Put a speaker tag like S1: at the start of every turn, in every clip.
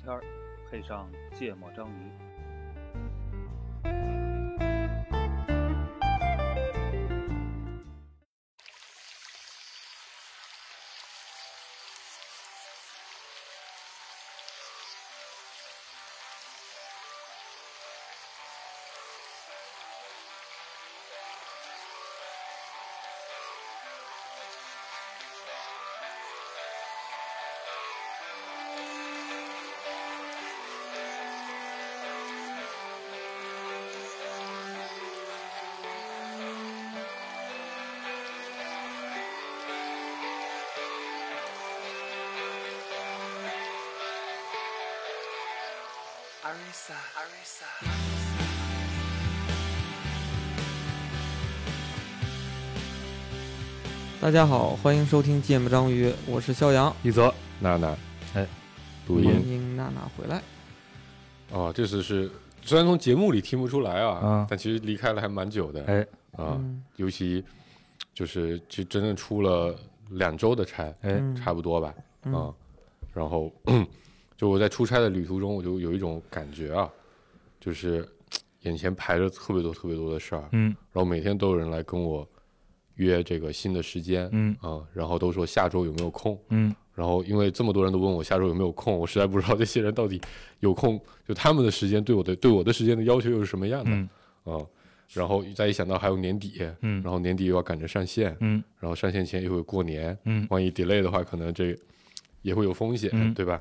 S1: 片儿，配上芥末章鱼。
S2: Arisa, Arisa.
S3: 大家好，欢迎收听《芥末章鱼》，我是肖阳。
S4: 一泽娜娜，哎，录
S3: 欢
S4: 音
S3: 迎娜娜回来，
S4: 啊，这次是虽然从节目里听不出来啊，
S5: 嗯
S4: 但其实离开了还蛮久的，
S5: 哎
S4: 啊，
S3: 嗯
S4: 尤其就是这真正出了两周的差，
S5: 哎
S3: 嗯
S4: 差不多吧，
S3: 嗯
S4: 啊，然后 就我在出差的旅途中，我就有一种感觉啊，就是眼前排着特别多特别多的事儿，
S5: 嗯
S4: 然后每天都有人来跟我约这个新的时间，
S5: 嗯
S4: 啊，然后都说下周有没有空，
S5: 嗯
S4: 然后因为这么多人都问我下周有没有空，我实在不知道这些人到底有空，就他们的时间对我的对我的时间的要求又是什么样的啊、
S5: 嗯
S4: 然后再一想到还有年底，
S5: 嗯
S4: 然后年底又要赶着上线，
S5: 嗯
S4: 然后上线前又有过年，
S5: 嗯
S4: 万一 delay 的话，可能这也会有风险，
S5: 嗯
S4: 对吧？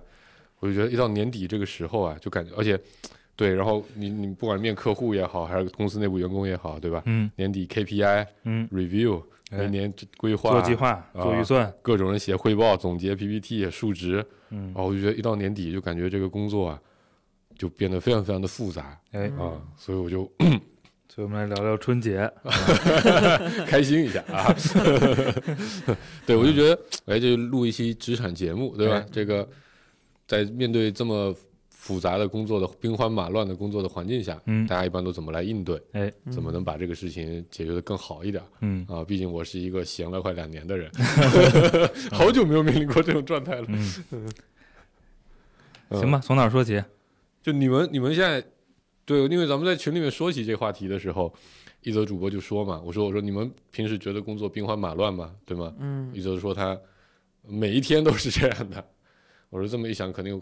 S4: 我就觉得一到年底这个时候啊，就感觉而且对，然后你你不管面客户也好，还是公司内部员工也好，对吧？
S5: 嗯
S4: 年底 KPI
S5: 嗯，
S4: review，
S5: 哎
S4: 明年这规划
S5: 做计划、做预算，
S4: 各种人写汇报、总结、PPT、数值，
S5: 嗯
S4: 然后我就觉得一到年底就感觉这个工作啊，就变得非常非常的复杂啊、
S5: 哎，
S4: 所以我就
S5: 所以我们来聊聊春节，
S4: 开心一下啊，对我就觉得，哎，就录一期职场节目，对
S5: 嗯
S4: 吧？
S5: 哎
S4: 这个在面对这么复杂的工作的兵荒马乱的工作的环境下，
S5: 嗯
S4: 大家一般都怎么来应对？
S5: 哎，
S4: 怎么能把这个事情解决得更好一点？
S5: 嗯
S4: 啊，毕竟我是一个闲了快两 年的人， 好久没有面临过这种状态了。嗯
S5: 行吧，从哪儿说起？
S4: 就你们你们现在对，因为咱们在群里面说起这话题的时候，一则主播就说嘛，我说我说你们平时觉得工作兵荒马乱吗？对吗？
S3: 嗯
S4: 一则说他每一天都是这样的。我说这么一想，肯定有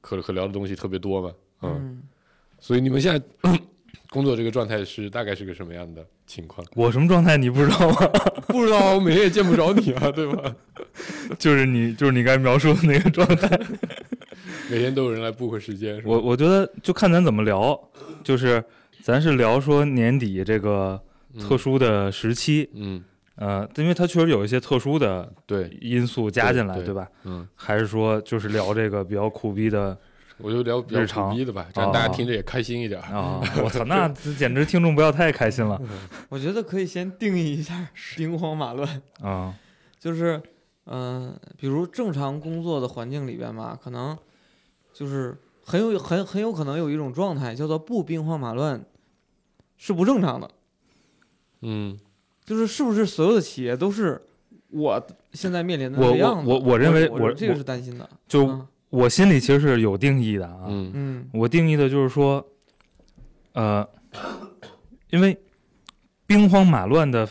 S4: 可可聊的东西特别多嘛。嗯，
S3: 嗯，
S4: 所以你们现在 工作这个状态是大概是个什么样的 情况？
S5: 我什么状态你不知道吗？
S4: 不知道啊，我每天也见不着你啊，对吧？
S5: 就是你，就是你该描述的那个状态。
S4: 每天都有人来 book 时间，是吧？
S5: 我我觉得就看咱怎么聊，就是咱是聊说年底这个特殊的时期，
S4: 嗯，
S5: 呃，因为它确实有一些特殊的
S4: 对，
S5: 因素加进来，
S4: 对对
S5: 对吧？
S4: 嗯，
S5: 还是说就是聊这个比较苦逼的
S4: 我就聊比较
S5: 日常
S4: 苦逼的吧，这样大家
S5: 哦
S4: 听着也开心一点。
S5: 啊！ 我操，那简直听众不要太开心了
S3: 我觉得可以先定义一下 兵荒马乱，
S5: 啊！
S3: 就是，嗯、比如正常工作的环境里边吧，可能就是很有很很有可能有一种状态叫做不兵荒马乱，是不正常的，
S4: 嗯
S3: 就是是不是所有的企业都是我现在面临的
S5: 我
S3: 这样的？
S5: 我我我认为
S3: 我
S5: 我
S3: 这个
S5: 我
S3: 是担心的，
S5: 就
S3: 嗯
S5: 我心里其实是有定义的啊，
S4: 嗯
S3: 嗯
S5: 我定义的就是说，呃，因为兵荒马乱的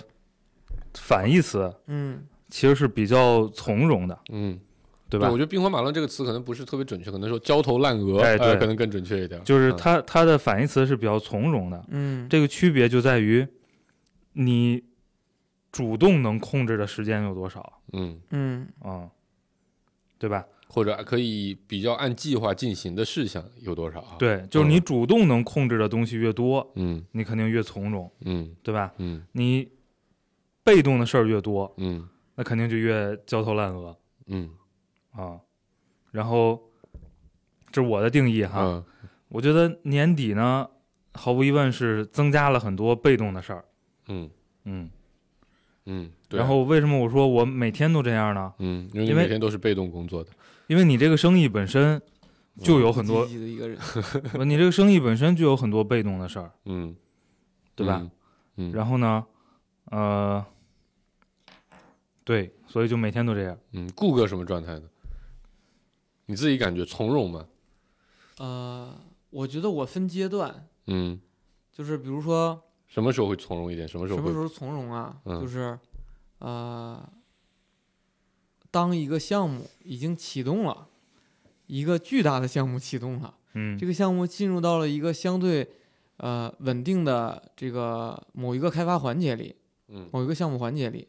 S5: 反义词
S3: 嗯
S5: 其实是比较从容的，
S4: 嗯。
S5: 对吧
S4: 我？觉得“兵荒马乱”这个词可能不是特别准确，可能说“焦头烂额”
S5: 哎对
S4: 呃可能更准确一点。
S5: 就是
S4: 嗯，
S5: 它它的反义词是比较从容的，
S3: 嗯，
S5: 这个区别就在于你主动能控制的时间有多少
S4: 嗯，
S3: 嗯
S5: 啊、对吧？
S4: 或者可以比较按计划进行的事项有多少啊？，
S5: 对，就是你主动能控制的东西越多，
S4: 嗯
S5: 你肯定越从容，
S4: 嗯
S5: 对吧？
S4: 嗯
S5: 你被动的事儿越多，
S4: 嗯
S5: 那肯定就越焦头烂额
S4: 嗯
S5: 啊。然后，这是我的定义哈。
S4: 啊
S5: 我觉得年底呢，毫无疑问是增加了很多被动的事儿。
S4: 嗯
S5: 嗯，
S4: 嗯，对
S5: 然后为什么我说我每天都这样呢？
S4: 嗯，因为你
S5: 因为
S4: 每天都是被动工作的，
S5: 因为你这个生意本身就有很多
S3: 积，极的一个人，
S5: 不你这个生意本身就有很多被动的事儿，
S4: 嗯，
S5: 对吧？
S4: 嗯？嗯
S5: 然后呢，呃，对，所以就每
S4: 嗯
S5: 天都这样。
S4: 嗯，顾客什么状态呢？你自己感觉从容吗？
S3: 呃，我觉得我分阶段，
S4: 嗯，
S3: 就是比如说
S4: 什么时候会从容一点？什么时
S3: 什
S4: 候
S3: 么
S4: 会
S3: 时？候从容啊，
S4: 嗯
S3: 就是呃，当一个项目已经启动了，一个巨大的项目启动了，
S5: 嗯
S3: 这个项目进入到了一个相对呃稳定的这个某一个开发环节里，
S4: 嗯
S3: 某一个项目环节里，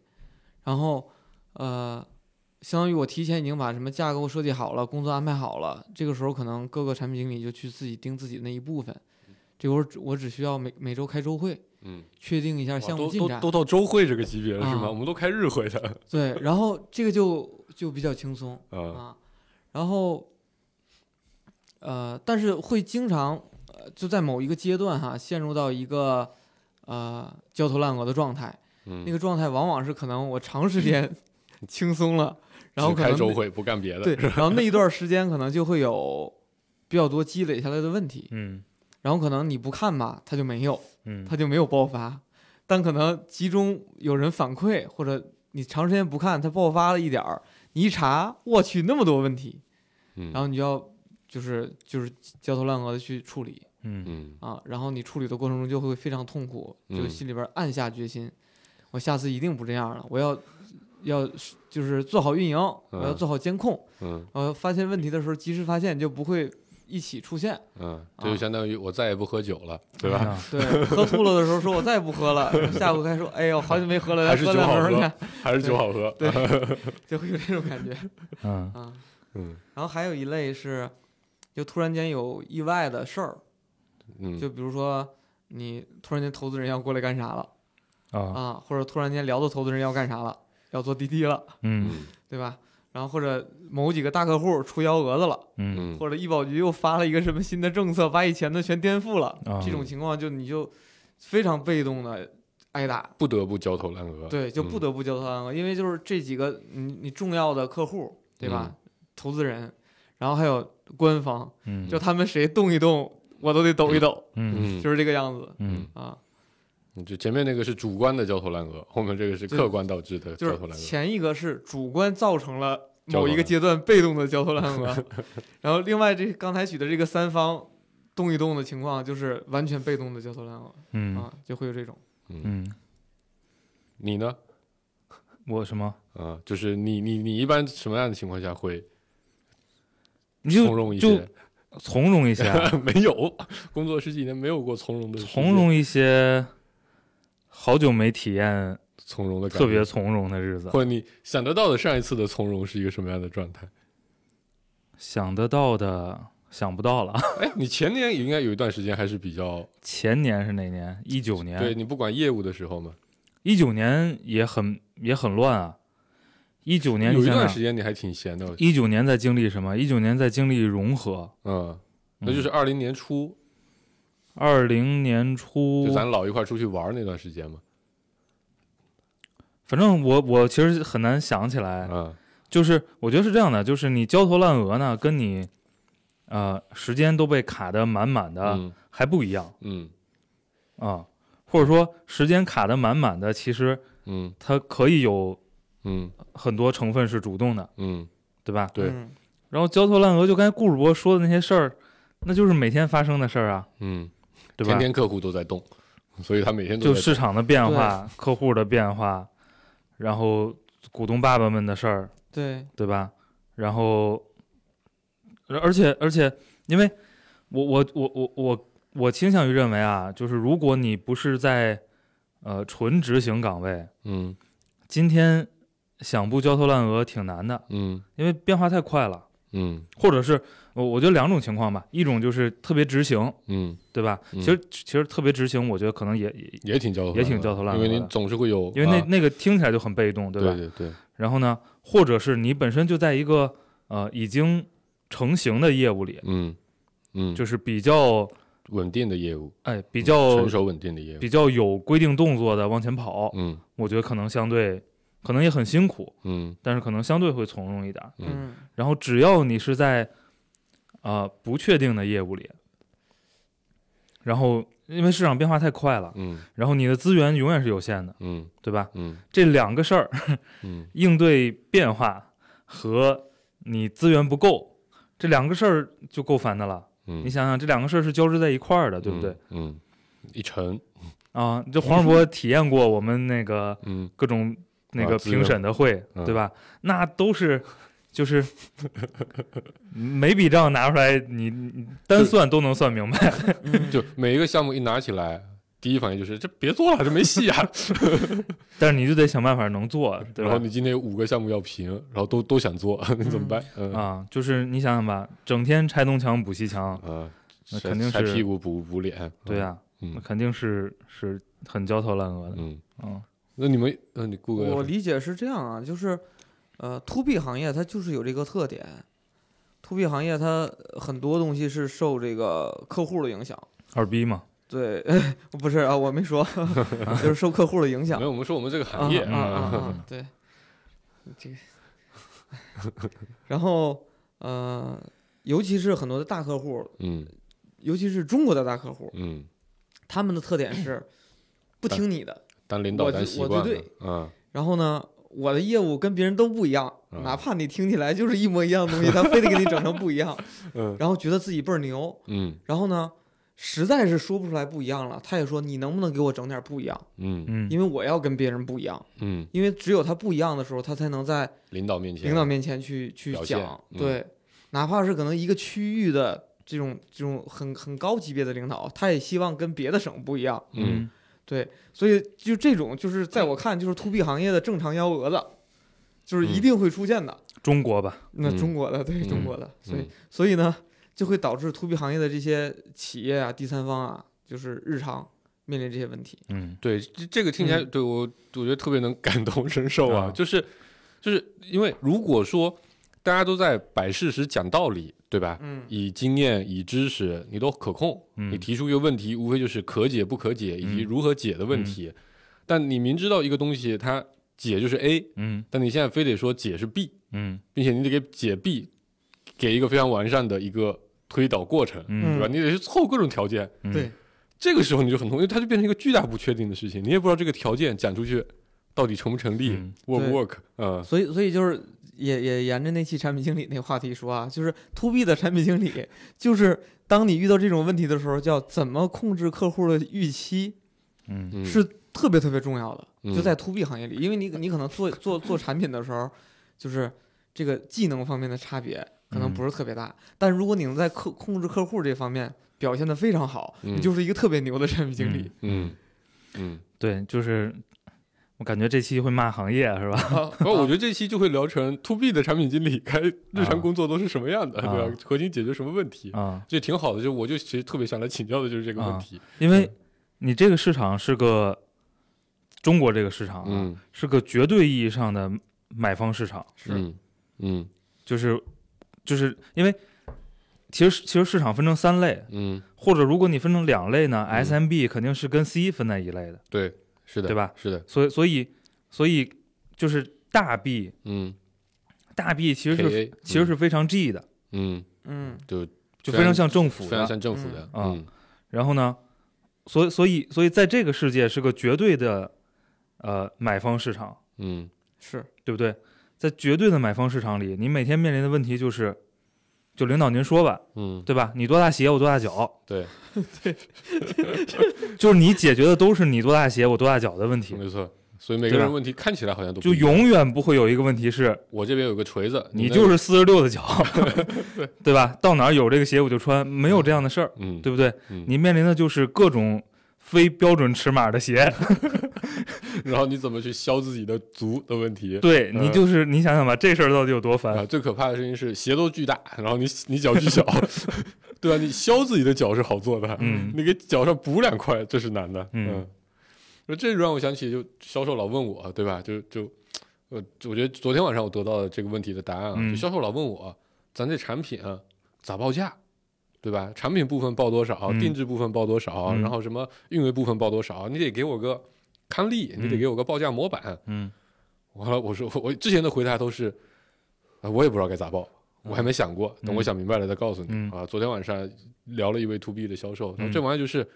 S3: 然后呃，相当于我提前已经把什么架构设计好了，工作安排好了，这个时候可能各个产品经理就去自己盯自己那一部分，这会儿只我只需要每每周开周会，
S4: 嗯，
S3: 确定一下
S4: 哇
S3: 项目
S4: 都
S3: 进
S4: 都
S3: 展，
S4: 都到周会这个级别了是吗？
S3: 啊
S4: 我们都开日会的，
S3: 对，然后这个就就比较轻松
S4: 啊，
S3: 啊，然后呃，但是会经常呃就在某一个阶段哈，陷入到一个呃焦头烂额的状态。
S4: 嗯，
S3: 那个状态往往是可能我长时 间轻松了，然后
S4: 只
S3: 可
S4: 开
S3: 能
S4: 周
S3: 那
S4: 会不干别的，
S3: 对，然后那一段时间可能就会有比较多积累下来的问题，
S5: 嗯
S3: 然后可能你不看吧，它就没有，
S5: 嗯
S3: 它就没有爆发，但可能集中有人反馈或者你长时间不看，它爆发了一点儿，你一查，我去那么多问题，
S4: 嗯，
S3: 然后你就要就是就是焦头烂额的去处理
S5: 嗯
S4: 嗯
S3: 啊，然后你处理的过程中就会非常痛苦，就
S4: 嗯
S3: 心里边暗下决心，我下次一定不这样了，我要要是就是做好运营，我要
S4: 嗯
S3: 做好监控，
S4: 嗯
S3: 呃，发现问题的时候及时发现，就不会一起出现。
S4: 嗯，这
S3: 啊
S4: 就相当于我再也不喝酒了，对吧？
S5: 啊
S3: 对，喝吐了的时候说我再也不喝了，然后下回还说哎呦好久没喝了，
S4: 还
S3: 来
S4: 是
S3: 喝
S4: 酒
S3: 两
S4: 好
S3: 瓶
S4: 喝
S3: 儿去，
S4: 还是酒好喝，
S3: 就会有这种感觉
S5: 嗯
S3: 啊。
S4: 嗯
S3: 然后还有一类是，就突然间有意外的事儿，
S4: 嗯，
S3: 就比如说你突然间投资人要过来干啥了。
S5: 啊
S3: 啊，或者突然间聊到投资人要干啥了，要做滴滴了，
S5: 嗯
S4: 嗯
S3: 对吧？然后或者某几个大客户出幺蛾子了，
S5: 嗯
S4: 嗯
S3: 或者医保局又发了一个什么新的政策，把以前的全颠覆了，
S5: 啊
S3: 这种情况就你就非常被动的挨
S5: 啊
S3: 打，
S4: 不得不焦头烂额，
S3: 对，就
S4: 嗯
S3: 不得不焦头烂额，因为就是这几个你你重要的客户，对吧？投资人，然后还有官方，
S5: 嗯
S3: 就他们谁动一动，我都得抖一抖，
S5: 嗯
S4: 嗯，
S3: 就是这个样子
S5: 嗯
S3: 啊，
S4: 嗯就前面那个是主观的焦头烂额，后面这个是
S3: 就
S4: 客观导致的
S3: 就
S4: 焦头
S3: 是
S4: 烂额。
S3: 前一个是主观造成了
S4: 焦头
S3: 某
S4: 烂
S3: 一个阶段被动的焦头烂额，然后另外这刚才举的这个三方动一动的情况，就是完全被动的焦头烂额、
S5: 嗯
S3: 啊，就会有这种。
S5: 嗯，
S4: 你呢？
S5: 我什么？
S4: 啊，就是你你你一般什么样的情况下会
S5: 你
S4: 从
S5: 就
S4: 容一
S5: 就
S4: 些？
S5: 从容一些啊，
S4: 没有，工作十几年没有过从容的时间
S5: 从容一些，好久没体验
S4: 从容的感觉
S5: 特别，从容的日子，
S4: 或者你想得到的上一次的从容是一个什么样的状态？
S5: 想得到的想不到了。
S4: 哎，你前年也应该有一段时间还是比较
S5: 前年是哪年？一九年。
S4: 对你不管业务的时候嘛，
S5: 一九年也很也很乱啊。一九年
S4: 有一段
S5: 想
S4: 时间你还挺闲的，
S5: 一九年在经历什么？一九年在经历融合。
S4: 嗯，那就是二零年初，
S5: 二零年初
S4: 就，咱老一块儿出去玩儿那段时间嘛，
S5: 反正我我其实很难想起来，
S4: 嗯
S5: 就是我觉得是这样的，就是你焦头烂额呢，跟你呃时间都被卡得满满的、
S4: 嗯
S5: 还不一样
S4: 嗯
S5: 啊、或者说时间卡得满满的，其实
S4: 嗯
S5: 它可以有
S4: 嗯
S5: 很多成分是主动的，
S4: 嗯，
S5: 对吧？
S4: 对
S3: 嗯
S5: 然后焦头烂额，就刚才顾主播说的那些事儿，那就是每天发生的事儿啊，
S4: 嗯，
S5: 对吧？
S4: 天天客户都在动，所以他每天都
S5: 就
S4: 在
S5: 市场的变化、客户的变化，然后股东爸爸们的事儿，
S3: 对，
S5: 对吧？然后，而而且而且，因为我我我我我我倾向于认为啊，就是如果你不是在呃纯执行岗位，
S4: 嗯
S5: 今天想不焦头烂额挺难的，
S4: 嗯
S5: 因为变化太快了。
S4: 嗯
S5: 或者是我我觉得两种情况吧，一种就是特别执行，
S4: 嗯，
S5: 对吧？
S4: 嗯
S5: 其实其实特别执行，我觉得可能也也，
S4: 也挺焦头烂额
S5: 也挺焦头烂额的
S4: 因为你总是会有，
S5: 因为那、
S4: 啊
S5: 那个听起来就很被动，吧？
S4: 对对对，
S5: 然后呢，或者是你本身就在一个呃已经成型的业务里，
S4: 嗯嗯，
S5: 就是比较
S4: 稳定的业务，
S5: 哎比较
S4: 嗯成熟稳定的业务，
S5: 比较有规定动作的往前跑，
S4: 嗯
S5: 我觉得可能相对可能也很辛苦，
S4: 嗯
S5: 但是可能相对会从容一点。
S4: 嗯
S3: 嗯，
S5: 然后只要你是在呃不确定的业务里，然后因为市场变化太快了，
S4: 嗯
S5: 然后你的资源永远是有限的，
S4: 嗯
S5: 对吧？
S4: 嗯
S5: 这两个事儿，
S4: 嗯
S5: 应对变化和你资源不够这两个事儿就够烦的了。
S4: 嗯，
S5: 你想想，这两个事儿是交织在一块儿的，
S4: 嗯
S5: 对不对？？
S4: 嗯，一沉，
S5: 啊，这黄世博体验过我们那个
S4: 嗯，
S5: 各种那
S4: 啊
S5: 个
S4: 资源
S5: 评审的会，
S4: 嗯
S5: 对吧？那都是就是每笔账拿出来，你你单算都能算明白。
S4: 就每一个项目一拿起来，第一反应就是这别做了，这没戏啊。
S5: 但是你就得想办法能做，对
S4: 然后
S5: 吧？
S4: 你今天有五个项目要评，然后都都想做， 你怎么办？嗯
S5: 啊，就是你想想吧，整天拆东墙补西墙，
S4: 啊，
S5: 那
S4: 晒
S5: 肯定
S4: 晒
S5: 是
S4: 屁股补补脸。
S5: 对啊呀、
S4: 嗯
S5: 那肯定是是很焦头烂额的。
S4: 嗯，
S5: 嗯
S4: 那你们，那你顾
S3: 我
S4: 哥，
S3: 理解是这样啊，就是，呃，to B 行业它就是有这个特点，to B 行业它很多东西是受这个客户的影响。
S5: 二逼嘛，
S3: 对， 不是啊，我没说， 就是受客户的影响
S4: 没。有，我们说我们这个行
S3: 啊
S4: 业
S3: 啊啊啊啊，对，这个，然后呃，尤其是很多的大客户，
S4: 嗯
S3: 尤其是中国的大客户，
S4: 嗯，
S3: 他们的特点是不听你的。
S4: 当领导
S3: 我
S4: 咱
S3: 就
S4: 习
S3: 我
S4: 惯
S3: 就
S4: 了，嗯，
S3: 然后呢，我的业务跟别人都不一样，
S4: 嗯
S3: 哪怕你听起来就是一模一样的东西，他非得给你整成不一样，
S4: 嗯
S3: 然后觉得自己倍儿牛。
S4: 嗯
S3: 然后呢，实在是说不出来不一样了，他也说你能不能给我整点不一样，
S4: 嗯
S5: 嗯
S3: 因为我要跟别人不一样，
S4: 嗯，
S3: 因为只有他不一样的时候，他才能在
S4: 领导面前，
S3: 领导面前去去
S4: 表现
S3: 讲，
S4: 嗯
S3: 对，哪怕是可能一个区域的这种这种很很高级别的领导，他也希望跟别的省不一样，
S4: 嗯，
S3: 对，所以就这种就是在我看就是 to B 行业的正常幺蛾子，就是一
S4: 嗯
S3: 定会出现的。
S5: 中国吧，
S3: 那
S4: 嗯
S3: 中国的对中
S4: 嗯
S3: 国的，所以
S4: 嗯
S3: 所以呢，就会导致 to B 行业的这些企业啊、第三方啊，就是日常面临这些问题。
S5: 嗯
S4: 对，这这个听起来
S3: 嗯
S4: 对我，我觉得特别能感同身受啊，
S5: 啊
S4: 就是，就是因为如果说大家都在摆事实、讲道理，对吧？
S3: 嗯
S4: 以经验、以知识，你都可控，
S5: 嗯
S4: 你提出一个问题，无非就是可解不可解以
S5: 嗯
S4: 及如何解的问题。但你明知道一个东西它解就是 A，
S5: 嗯
S4: 但你现在非得说解是 B，
S5: 嗯
S4: 并且你得给解 B 给一个非常完善的一个推导过程，对吧？
S5: 嗯
S4: 你得去凑各种条件，
S5: 嗯，
S3: 对，
S4: 这个时候你就很痛，因为它就变成一个巨大不确定的事情，你也不知道这个条件讲出去到底成不成立、
S5: 嗯
S4: w o r k
S3: 对
S4: w o r k 嗯
S3: 所以所以就是也也沿着那期产品经理那话题说啊，就是 to B 的产品经理，就是当你遇到这种问题的时候，叫怎么控制客户的预期
S5: 嗯
S4: 嗯，
S3: 是特别特别重要的，
S4: 嗯
S3: 就在 to B 行业里，因为你你可能做做做产品的时候，就是这个技能方面的差别可能
S5: 嗯
S3: 不是特别大，但如果你能在客控制客户这方面表现得非常好，
S4: 嗯
S3: 你就是一个特别牛的产品经理。
S4: 嗯嗯，
S5: 对，就是我感觉这期会骂行业啊是吧？
S4: 然后我觉得这期就会聊成 to B 的产品经理该日常
S5: 啊
S4: 工作都是什么样的，
S5: 啊
S4: 对吧？核心解决什么问题？
S5: 啊，
S4: 这挺好的，就我就其实特别想来请教的就是这个问题。
S5: 因为你这个市场是个中国这个市场啊，
S4: 嗯
S5: 是个绝对意义上的买方市场，
S3: 是，
S4: 嗯嗯
S5: 就是就是因为其实其实市场分成三类，
S4: 嗯，
S5: 或者如果你分成两类呢
S4: 嗯
S5: ，SMB 肯定是跟 C 分在一类的，
S4: 对，是的，
S5: 对吧？
S4: 是的，
S5: 所以所以所以就是大 B
S4: 嗯
S5: 大 B 其实是
S4: KA
S5: 其实是非常 G 的，
S4: 嗯，
S3: 嗯，
S5: 就非
S4: 非
S5: 常
S4: 常
S5: 像政府
S4: 非常
S5: 的。
S4: 像政府的，
S5: 嗯
S4: 嗯
S5: 然后呢，所以所以所以在这个世界是个绝对的呃买方市场，
S4: 嗯
S3: 是
S5: 对不对？在绝对的买方市场里，你每天面临的问题就是，就领导您说吧，
S4: 嗯，
S5: 对吧？你多大鞋，我多大脚，
S4: 对，
S5: 就是你解决的都是你多大鞋，我多大脚的问题，
S4: 没错。所以每个
S5: 对
S4: 人
S5: 吧
S4: 问题看起来好像都不
S5: 就
S4: 一样
S5: 永远不会有一个问题是
S4: 我这边有个锤子，
S5: 你
S4: 嗯那
S5: 就
S4: 个
S5: 是四十六的 脚，对吧？到哪儿有这个鞋我就穿，没有这样的事儿，
S4: 嗯，
S5: 对不对？
S4: 嗯
S5: 你面临的就是各种非标准尺码的 鞋，
S4: 然后你怎么去削自己的足的问题？
S5: 对
S4: 呃
S5: 你就是你想想吧，这事儿到底有多
S4: 啊，
S5: 烦？
S4: 最可怕的事情是鞋都巨大，然后你你脚巨 小， 对啊吧？你削自己的脚是好做的，
S5: 嗯
S4: 你给脚上补两块，这是难的。
S5: 嗯
S4: 嗯，那这就让我想起，就销售老问我，对吧？就就呃，我觉得昨天晚上我得到了这个问题的答案啊，
S5: 嗯
S4: 就销售老问我，咱这产品、啊、咋报价，对吧？产品部分报多少，
S5: 嗯
S4: 定制部分报多少，
S5: 嗯
S4: 然后什么运维部分报多少，你得给我个刊例，你得
S5: 嗯
S4: 给我个报价模板。
S5: 嗯
S4: 完了，我说我我之前的回答都是，啊，我也不知道该咋报，我还没想过，等我
S5: 嗯
S4: 想明白了再告诉你、
S5: 嗯
S4: 啊。昨天晚上聊了一位 to B 的销售，他说
S5: 嗯
S4: 这玩意儿就是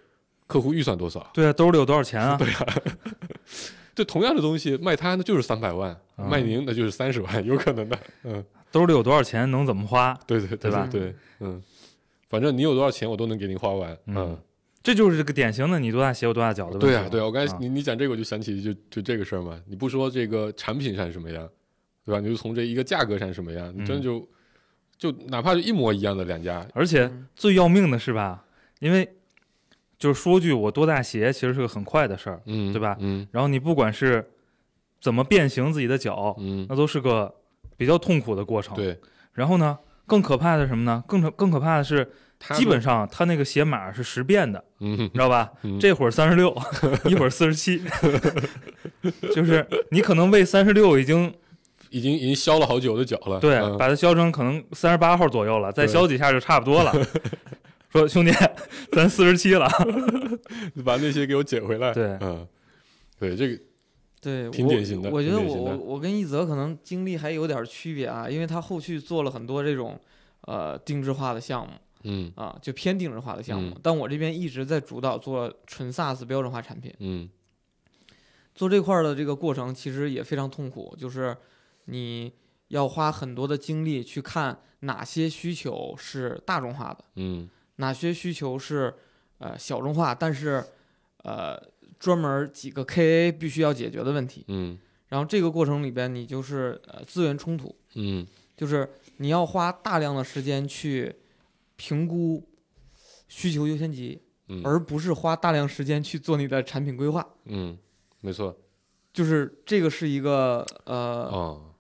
S4: 客户预算多少，
S5: 对啊，兜里有多少钱 啊？
S4: 这同样的东西卖他那就是三百万，
S5: 啊
S4: 卖您那就是三 十万，有可能的。嗯，
S5: 兜里有多少钱能怎么花？
S4: 对对
S5: 对吧
S4: 对，嗯反正你有多少钱我都能给你花完。
S5: 嗯这就是这个典型的你多大鞋我多大脚的问题。
S4: 对啊，对啊，我刚才
S5: 啊
S4: 你你讲这个，我就想起就就这个事儿嘛。你不说这个产品上什么样，对吧？你就从这一个价格上什么样，你真的就、就哪怕就一模一样的两家，
S5: 而且
S3: 嗯
S5: 最要命的是吧，因为就是说句我多大鞋其实是个很快的事儿，
S4: 嗯，
S5: 对吧
S4: 嗯
S5: 然后你不管是怎么变形自己的脚，
S4: 嗯，
S5: 那都是个比较痛苦的过程。，
S4: 对，
S5: 然后呢，更可怕的是什么呢？更可更可怕的是，
S4: 他
S5: 基
S4: 们
S5: 本上它那个鞋码是十变的，
S4: 嗯
S5: 你知道吧？
S4: 嗯
S5: 这会儿三十 六，一会儿四十七， 就是你可能为三十六已经
S4: 已经已经削了好久的脚了，
S5: 对，
S4: 嗯
S5: 把它削成可能三十八号左右了，再
S4: 对
S5: 削几下就差不 多了。说兄弟，咱四十七了，
S4: 把那些给我捡回来，
S5: 对
S4: 嗯，对，这个
S3: 对，
S4: 挺
S3: 我
S4: 典型的
S3: 我觉
S4: 挺
S3: 得
S4: 典型
S3: 我
S4: 的
S3: 我跟一泽可能经历还有点区别啊，因为他后续做了很多这种呃定制化的项目
S4: 嗯
S3: 啊，就偏定制化的项目。
S4: 嗯
S3: 但我这边一直在主导做纯 SaaS 标准化产品，
S4: 嗯
S3: 做这块儿的这个过程其实也非常痛苦，就是你要花很多的精力去看哪些需求是大众化的，
S4: 嗯
S3: 哪些需求是呃小众化，但是呃专门儿几个 KA 必须要解决的问题。
S4: 嗯
S3: 然后这个过程里边，你就是呃资源冲突，
S4: 嗯
S3: 就是你要花大量的时间去评估需求优先级，
S4: 嗯，
S3: 而不是花大量时间去做你的产品规划。
S4: 嗯，没错，
S3: 就是这个是一个呃，
S4: 哦，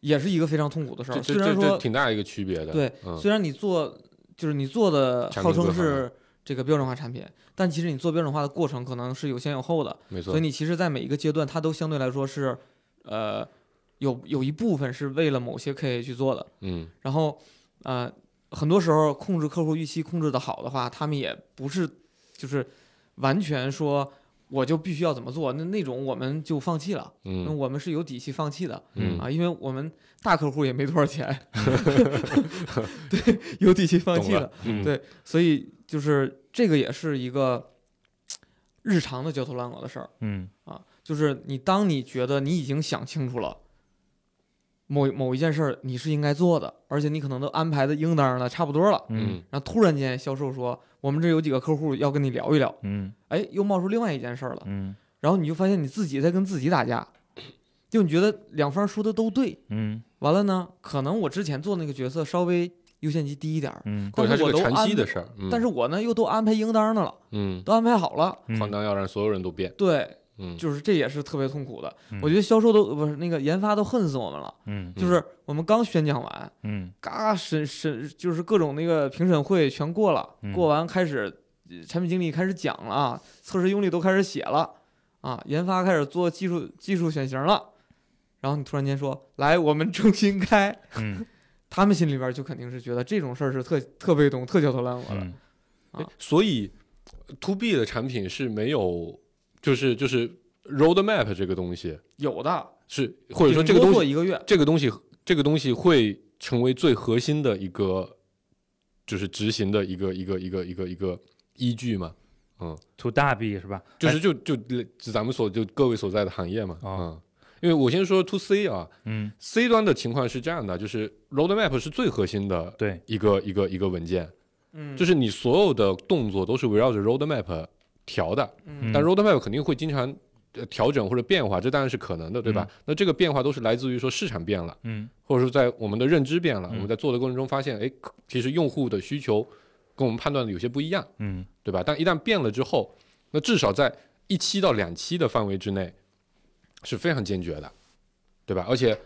S3: 也是一个非常痛苦的事
S4: 这
S3: 儿。
S4: 这
S3: 虽然
S4: 这这
S3: 说
S4: 挺大一个区别的，
S3: 对，
S4: 嗯
S3: 虽然你做就是你做的
S4: 产品
S3: 号称
S4: 规划
S3: 是这个标准化产品，但其实你做标准化的过程可能是有先有后的，
S4: 没
S3: 所
S4: 错
S3: 以，你其实，在每一个阶段，它都相对来说是呃有有一部分是为了某些 KA 去做的。
S4: 嗯
S3: 然后呃，很多时候控制客户预期控制的好的话，他们也不是就是完全说我就必须要怎么做，那那种我们就放弃了，那
S4: 嗯
S3: 我们是有底气放弃的
S4: 嗯
S3: 啊，因为我们大客户也没多少 钱，对，有底气放
S4: 懂
S3: 弃
S4: 了
S3: 了，
S5: 嗯
S3: 对，所以就是这个也是一个日常的焦头烂额的事儿。
S5: 嗯
S3: 啊，就是你当你觉得你已经想清楚了某某一件事儿你是应该做的，而且你可能都安排的应当的差不多了，
S5: 嗯
S4: 嗯
S3: 然后突然间销售说我们这有几个客户要跟你聊一聊，
S5: 嗯
S3: 哎，又冒出另外一件事儿了，
S5: 嗯
S3: 然后你就发现你自己在跟自己打架，就你觉得两方说的都对，
S5: 嗯
S3: 完了呢，可能我之前做那个角色稍微优先级低一点儿，
S5: 嗯
S4: 或者
S3: 但
S4: 它
S3: 是
S4: 是
S3: 我
S4: 个
S3: 都
S4: 长
S3: 安
S4: 期的事儿，嗯
S3: 但是我呢又都安排应当的了，
S4: 嗯，
S3: 都安排好了，
S5: 嗯，
S4: 哐当要让所有人都变，
S3: 对，
S4: 嗯，
S3: 就是这也是特别痛苦的，我
S5: 嗯
S3: 觉得销售都不是那个研发都恨死我们了。
S5: 嗯
S3: 就是我们刚宣讲完，
S5: 嗯
S3: 嘎审审就是各种那个评审会全过了，
S5: 嗯
S3: 过完开始呃产品经理开始讲了啊，测试用力都开始写了啊，研发开始做技术技术选型了，然后你突然间说来我们重新开，
S5: 嗯
S3: 他们心里边就肯定是觉得这种事儿是特特被动、特焦头烂额的。
S5: 嗯
S4: 哎所以 to B 的产品是没有，就是就是 road map 这个东西
S3: 有的，
S4: 是，或者说这
S3: 顶
S4: 个
S3: 多
S4: 东
S3: 做
S4: 西，
S3: 一个月，
S4: 这个东西，这个东西会成为最核心的一个，就是执行的一个一个一个一个一个依据嘛，
S5: ，to 大 B 是吧？
S4: 就是
S5: 哎
S4: 就就就咱们所就各位所在的行业嘛，
S5: 哦
S4: 嗯，因为我先说 to C 啊
S5: 嗯
S4: ，C 端的情况是这样的，就是 road map 是最核心的
S5: 对，
S4: 一个一个一个文件，
S3: 嗯，
S4: 就是你所有的动作都是围绕着 road map 调的，
S3: 嗯
S4: 但 roadmap 肯定会经常呃调整或者变化，这当然是可能的，对吧？那这个变化都是来自于说市场变了，
S5: 嗯
S4: 或者说在我们的认知变了，
S5: 嗯
S4: 我们在做的过程中发现，哎，可其实用户的需求跟我们判断的有些不一样，
S5: 嗯
S4: 对吧？但一旦变了之后，那至少在一期到两期的范围之内是非常坚决的，对吧？而且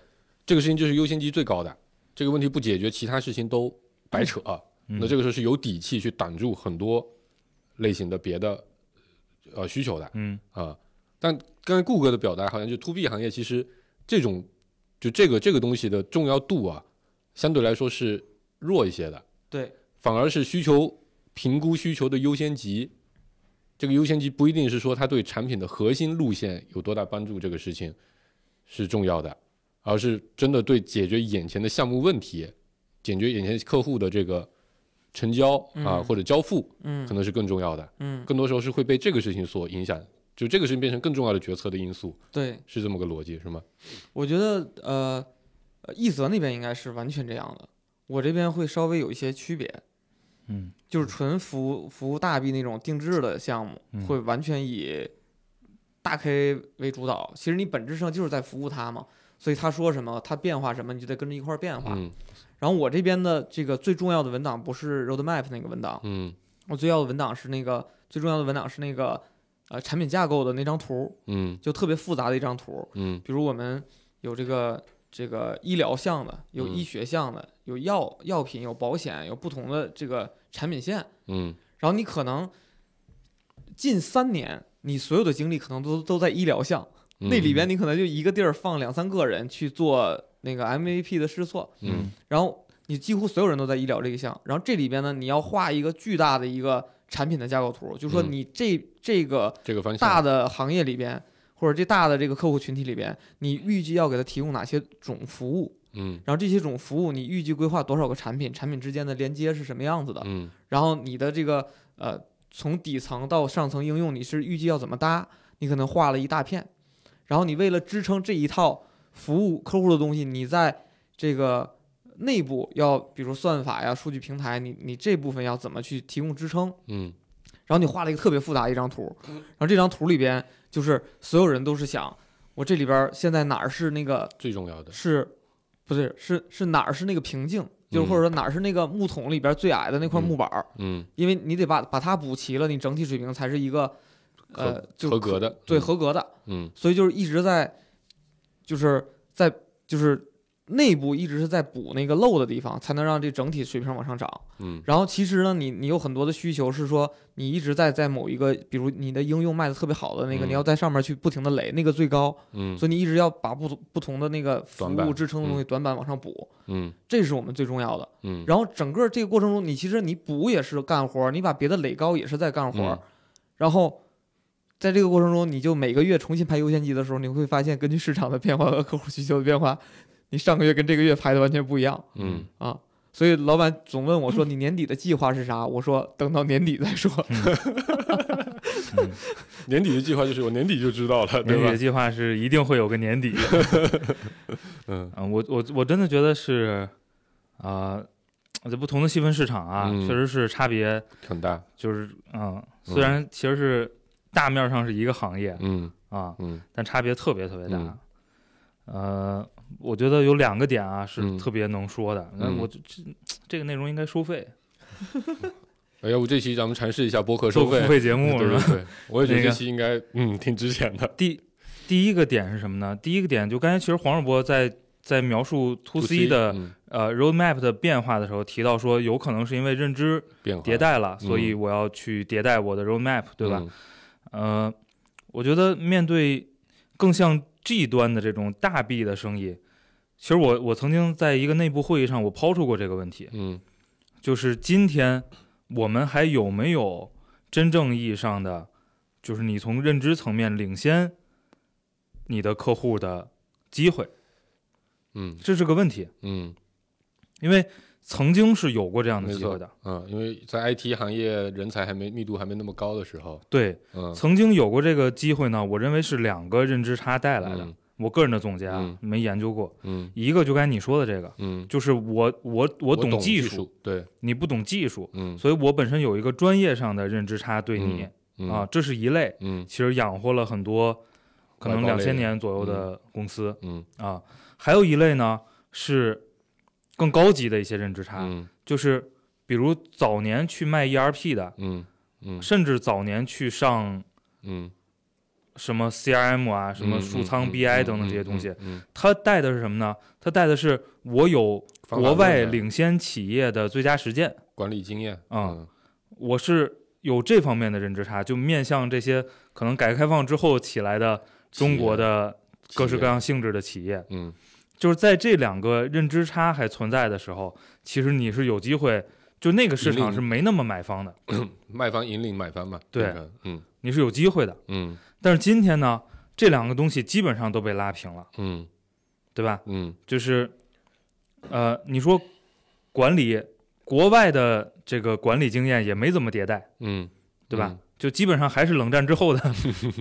S4: 这个事情就是优先级最高的，这个问题不解决，其他事情都白扯。
S5: 嗯
S4: 那这个时候是有底气去挡住很多类型的别的呃需求的。
S5: 嗯
S4: 啊。但刚才顾哥的表达，好像就 to B 行业，其实这种就这个这个东西的重要度啊，相对来说是弱一些的，
S3: 对，
S4: 反而是需求评估需求的优先级，这个优先级不一定是说它对产品的核心路线有多大帮助，这个事情是重要的，而是真的对解决眼前的项目问题，解决眼前客户的这个成交啊、
S3: 嗯
S4: 或者交付，
S3: 嗯
S4: 可能是更重要的。
S3: 嗯，
S4: 更多时候是会被这个事情所影响，就这个事情变成更重要的决策的因素，
S3: 对，
S4: 是这么个逻辑，是吗？
S3: 我觉得呃，呃，一泽那边应该是完全这样的，我这边会稍微有一些区别。
S5: 嗯
S3: 就是纯服务服务大 B 那种定制的项目，
S5: 嗯
S3: 会完全以大 K 为主导。其实你本质上就是在服务他嘛，所以他说什么，他变化什么，你就得跟着一块儿变化。
S4: 嗯
S3: 然后我这边的这个最重要的文档不是 roadmap 那个文档，
S4: 嗯
S3: 我最要的文档是那个最重要的文档是那个呃产品架构的那张图，
S4: 嗯
S3: 就特别复杂的一张图。
S4: 嗯
S3: 比如我们有这个这个医疗项的，有
S4: 嗯
S3: 医学项的，有药药品，有保险，有不同的这个产品线。
S4: 嗯
S3: 然后你可能近三年，你所有的精力可能都都在医疗项，
S4: 嗯，
S3: 那里边你可能就一个地儿放两三个人去做那个 MVP 的试错，
S4: 嗯
S3: 然后你几乎所有人都在医疗这一项，然后这里边呢，你要画一个巨大的一个产品的架构图，就说
S4: 嗯
S3: 你这、这个
S4: 这个方向
S3: 大的行业里边。或者这大的这个客户群体里边，你预计要给他提供哪些种服务？
S4: 嗯
S3: 然后这些种服务，你预计规划多少个产品？产品之间的连接是什么样子的？
S4: 嗯
S3: 然后你的这个呃，从底层到上层应用，你是预计要怎么搭？你可能画了一大片，然后你为了支撑这一套服务客户的东西，你在这个内部要，比如算法呀、数据平台，你你这部分要怎么去提供支撑？
S4: 嗯
S3: 然后你画了一个特别复杂的一张图，然后这张图里边就是所有人都是想，我这里边儿现在哪儿是那个
S4: 最重要的
S3: 是，不是是是哪儿是那个瓶颈，就是
S4: 嗯
S3: 或者说哪儿是那个木桶里边儿最矮的那块
S4: 嗯
S3: 木板儿，
S4: 嗯
S3: 因为你得把把它补齐了，你整体水平才是一个呃就
S4: 合格的
S3: 对合格的，
S4: 嗯
S3: 所以就是一直在就是在就是内部一直是在补那个漏的地方，才能让这整体水平往上涨。
S4: 嗯
S3: 然后其实呢，你你有很多的需求是说你一直在在某一个，比如你的应用卖的特别好的那个，
S4: 嗯
S3: 你要在上面去不停的垒，那个最高，
S4: 嗯
S3: 所以你一直要把不同不同的那个服
S4: 短板
S3: 务支撑的东西短板往上补，
S4: 嗯
S3: 这是我们最重要的。
S4: 嗯，
S3: 然后整个这个过程中，你其实你补也是干活儿，你把别的垒高也是在干活
S4: 嗯
S3: 儿，然后在这个过程中，你就每个月重新排优先级的时候，你会发现根据市场的变化和客户需求的变化，你上个月跟这个月排的完全不一样
S4: 嗯
S3: 啊。所以老板总问我说：“你年底的计划是啥？”我说：“等到年底再说。
S4: 年底的计划就是我年底就知道了，
S5: 年
S4: 对
S5: 底的
S4: 吧？
S5: 计划是一定会有个年底。
S4: 嗯
S5: 嗯，我我我真的觉得是，啊、在不同的细分市场啊，
S4: 嗯
S5: 确实是差别，
S4: 很大，
S5: 就是嗯，虽然其实是大面上是一个行业
S4: 嗯
S5: 啊，
S4: 嗯
S5: 但差别特别特别大。
S4: 嗯
S5: 呃，我觉得有两个点啊是
S4: 嗯
S5: 特别能说的，那、
S4: 嗯
S5: 我就这这个内容应该收费，
S4: 哎，要不这期咱们尝试一下播客
S5: 做
S4: 呃
S5: 付
S4: 收费，
S5: 费节目 是
S4: 对对
S5: 吧？
S4: 对， 我也觉得
S5: 那
S4: 这
S5: 个
S4: 期应该嗯挺值钱的。
S5: 第第一个点是什么呢？第一个点就刚才其实黄世博在在描述 to
S4: to
S5: C 的
S4: 嗯
S5: 呃 roadmap 的变化的时候提到说，有可能是因为认知
S4: 变化
S5: 迭代了，所以
S4: 嗯
S5: 我要去迭代我的 roadmap，对吧？？呃，我觉得面对更像 G 端的这种大 B 的生意，其实我我曾经在一个内部会议上我抛出过这个问题，
S4: 嗯
S5: 就是今天我们还有没有真正意义上的，就是你从认知层面领先你的客户的机会，
S4: 嗯
S5: 这是个问题，
S4: 嗯
S5: 因为曾经是有过这样的
S4: 没
S5: 机
S4: 错
S5: 会的，
S4: 嗯，因为在 IT 行业人才还没密度还没那么高的时候，
S5: 对，
S4: 嗯，
S5: 曾经有过这个机会呢，我认为是两个认知差带来的。
S4: 嗯
S5: 我个人的总结啊，
S4: 嗯
S5: 没研究过。
S4: 嗯
S5: 一个就该你说的这个，
S4: 嗯，
S5: 就是我我我
S4: 我
S5: 懂
S4: 技
S5: 术，，
S4: 对，
S5: 你不懂技术，
S4: 嗯
S5: 所以我本身有一个专业上的认知差对你、
S4: 嗯
S5: 啊，，这是一类，
S4: 嗯
S5: 其实养活了很多可能
S4: 外包
S5: 两
S4: 类的
S5: 千年左右的公司、
S4: 嗯
S5: 啊。还有一类呢是更高级的一些认知差，
S4: 嗯
S5: 就是比如早年去卖 ERP 的，
S4: 嗯嗯
S5: 甚至早年去上
S4: 嗯，
S5: 什么 CRM 啊、什么数仓 BI 等等这些东西，，
S4: 嗯，
S5: 它带的是什么呢？它带的是我有国外领啊先企业的最佳实践，
S4: 管理经验，嗯
S5: 我是有这方面的认知差，就面向这些可能改革开放之后起来的中国的各式各，样性质的企业，
S4: 嗯
S5: 就是在这两个认知差还存在的时候，其实你是有机会，就那个市
S4: 引
S5: 场
S4: 领
S5: 是没那么买方的，
S4: 卖方引领买方嘛，，嗯
S5: 你是有机会的。
S4: 嗯
S5: 但是今天呢，这两个东西基本上都被拉平了，
S4: 嗯
S5: 对吧？
S4: 嗯
S5: 就是，呃，你说管理国外的这个管理经验也没怎么迭代，
S4: 嗯，
S5: 对吧？
S4: 嗯
S5: 就基本上还是冷战之后 的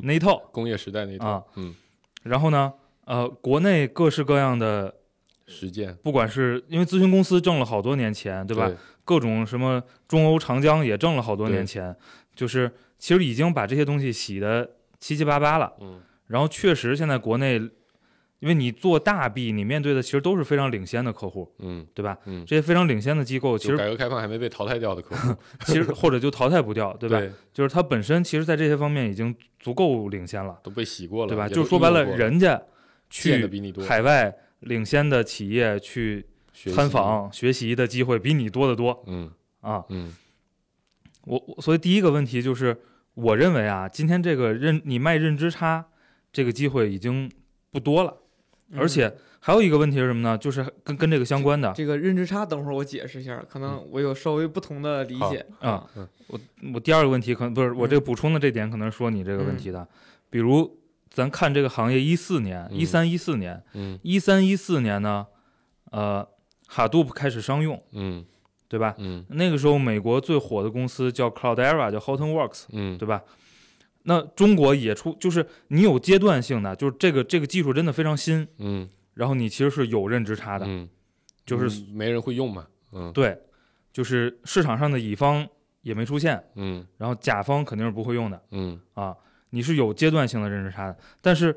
S5: 那一套
S4: 工业时代那
S5: 啊
S4: 套，。嗯，
S5: 然后呢，呃，国内各式各样的，
S4: 实践，
S5: 不管是因为咨询公司挣了好多年钱，对吧？？各种什么中欧长江也挣了好多年钱，就是其实已经把这些东西洗的七七八八了。
S4: 嗯，
S5: 然后确实现在国内，因为你做大币，你面对的其实都是非常领先的客户，
S4: 嗯
S5: 对吧？
S4: 嗯，
S5: 这些非常领先的机构，其
S4: 就
S5: 实
S4: 改革开放还没被淘汰掉的客户，
S5: 其实或者就淘汰不掉， 对
S4: 对
S5: 吧？就是它本身其实，在这些方面已经足够领先了，
S4: 都被洗过了，
S5: 对吧？
S4: 也都
S5: 就是说白了
S4: 应用，过
S5: 人家
S4: 见
S5: 去
S4: 的比你多，
S5: 海外领先的企业去
S4: 学习
S5: 参，访学习的机会比你多得多
S4: 嗯
S5: 啊！
S4: 嗯
S5: 我我所以第一个问题就是，我认为啊，今天这个认你卖认知差这个机会已经不多了，
S4: 嗯
S3: 嗯
S5: 而且还有一个问题是什么呢？就是跟跟这个相关的，
S3: 这个认知差，等会儿我解释一下，可
S4: 嗯
S3: 能我有稍微不同的理解嗯
S5: 好啊。我我第二个问题可能不是我这个补充的这点，可能是说你这个问题的，比如咱看这个行业一四年、
S4: 嗯
S5: 一三一四年、
S4: 嗯
S5: 一三一四年呢，呃，Hadoop 开始商用，
S4: 嗯
S5: 对吧？
S4: 嗯
S5: 那个时候美国最火的公司叫 Cloudera，叫 HortonWorks，
S4: 嗯，
S5: 对吧？那中国也出，就是你有阶段性的，就是这个这个技术真的非常新，
S4: 嗯
S5: 然后你其实是有认知差的，
S4: 嗯，
S5: 就是
S4: 嗯没人会用嘛，嗯
S5: 对，就是市场上的乙方也没出现，
S4: 嗯
S5: 然后甲方肯定是不会用的
S4: 嗯
S5: 啊，你是有阶段性的认知差的，但是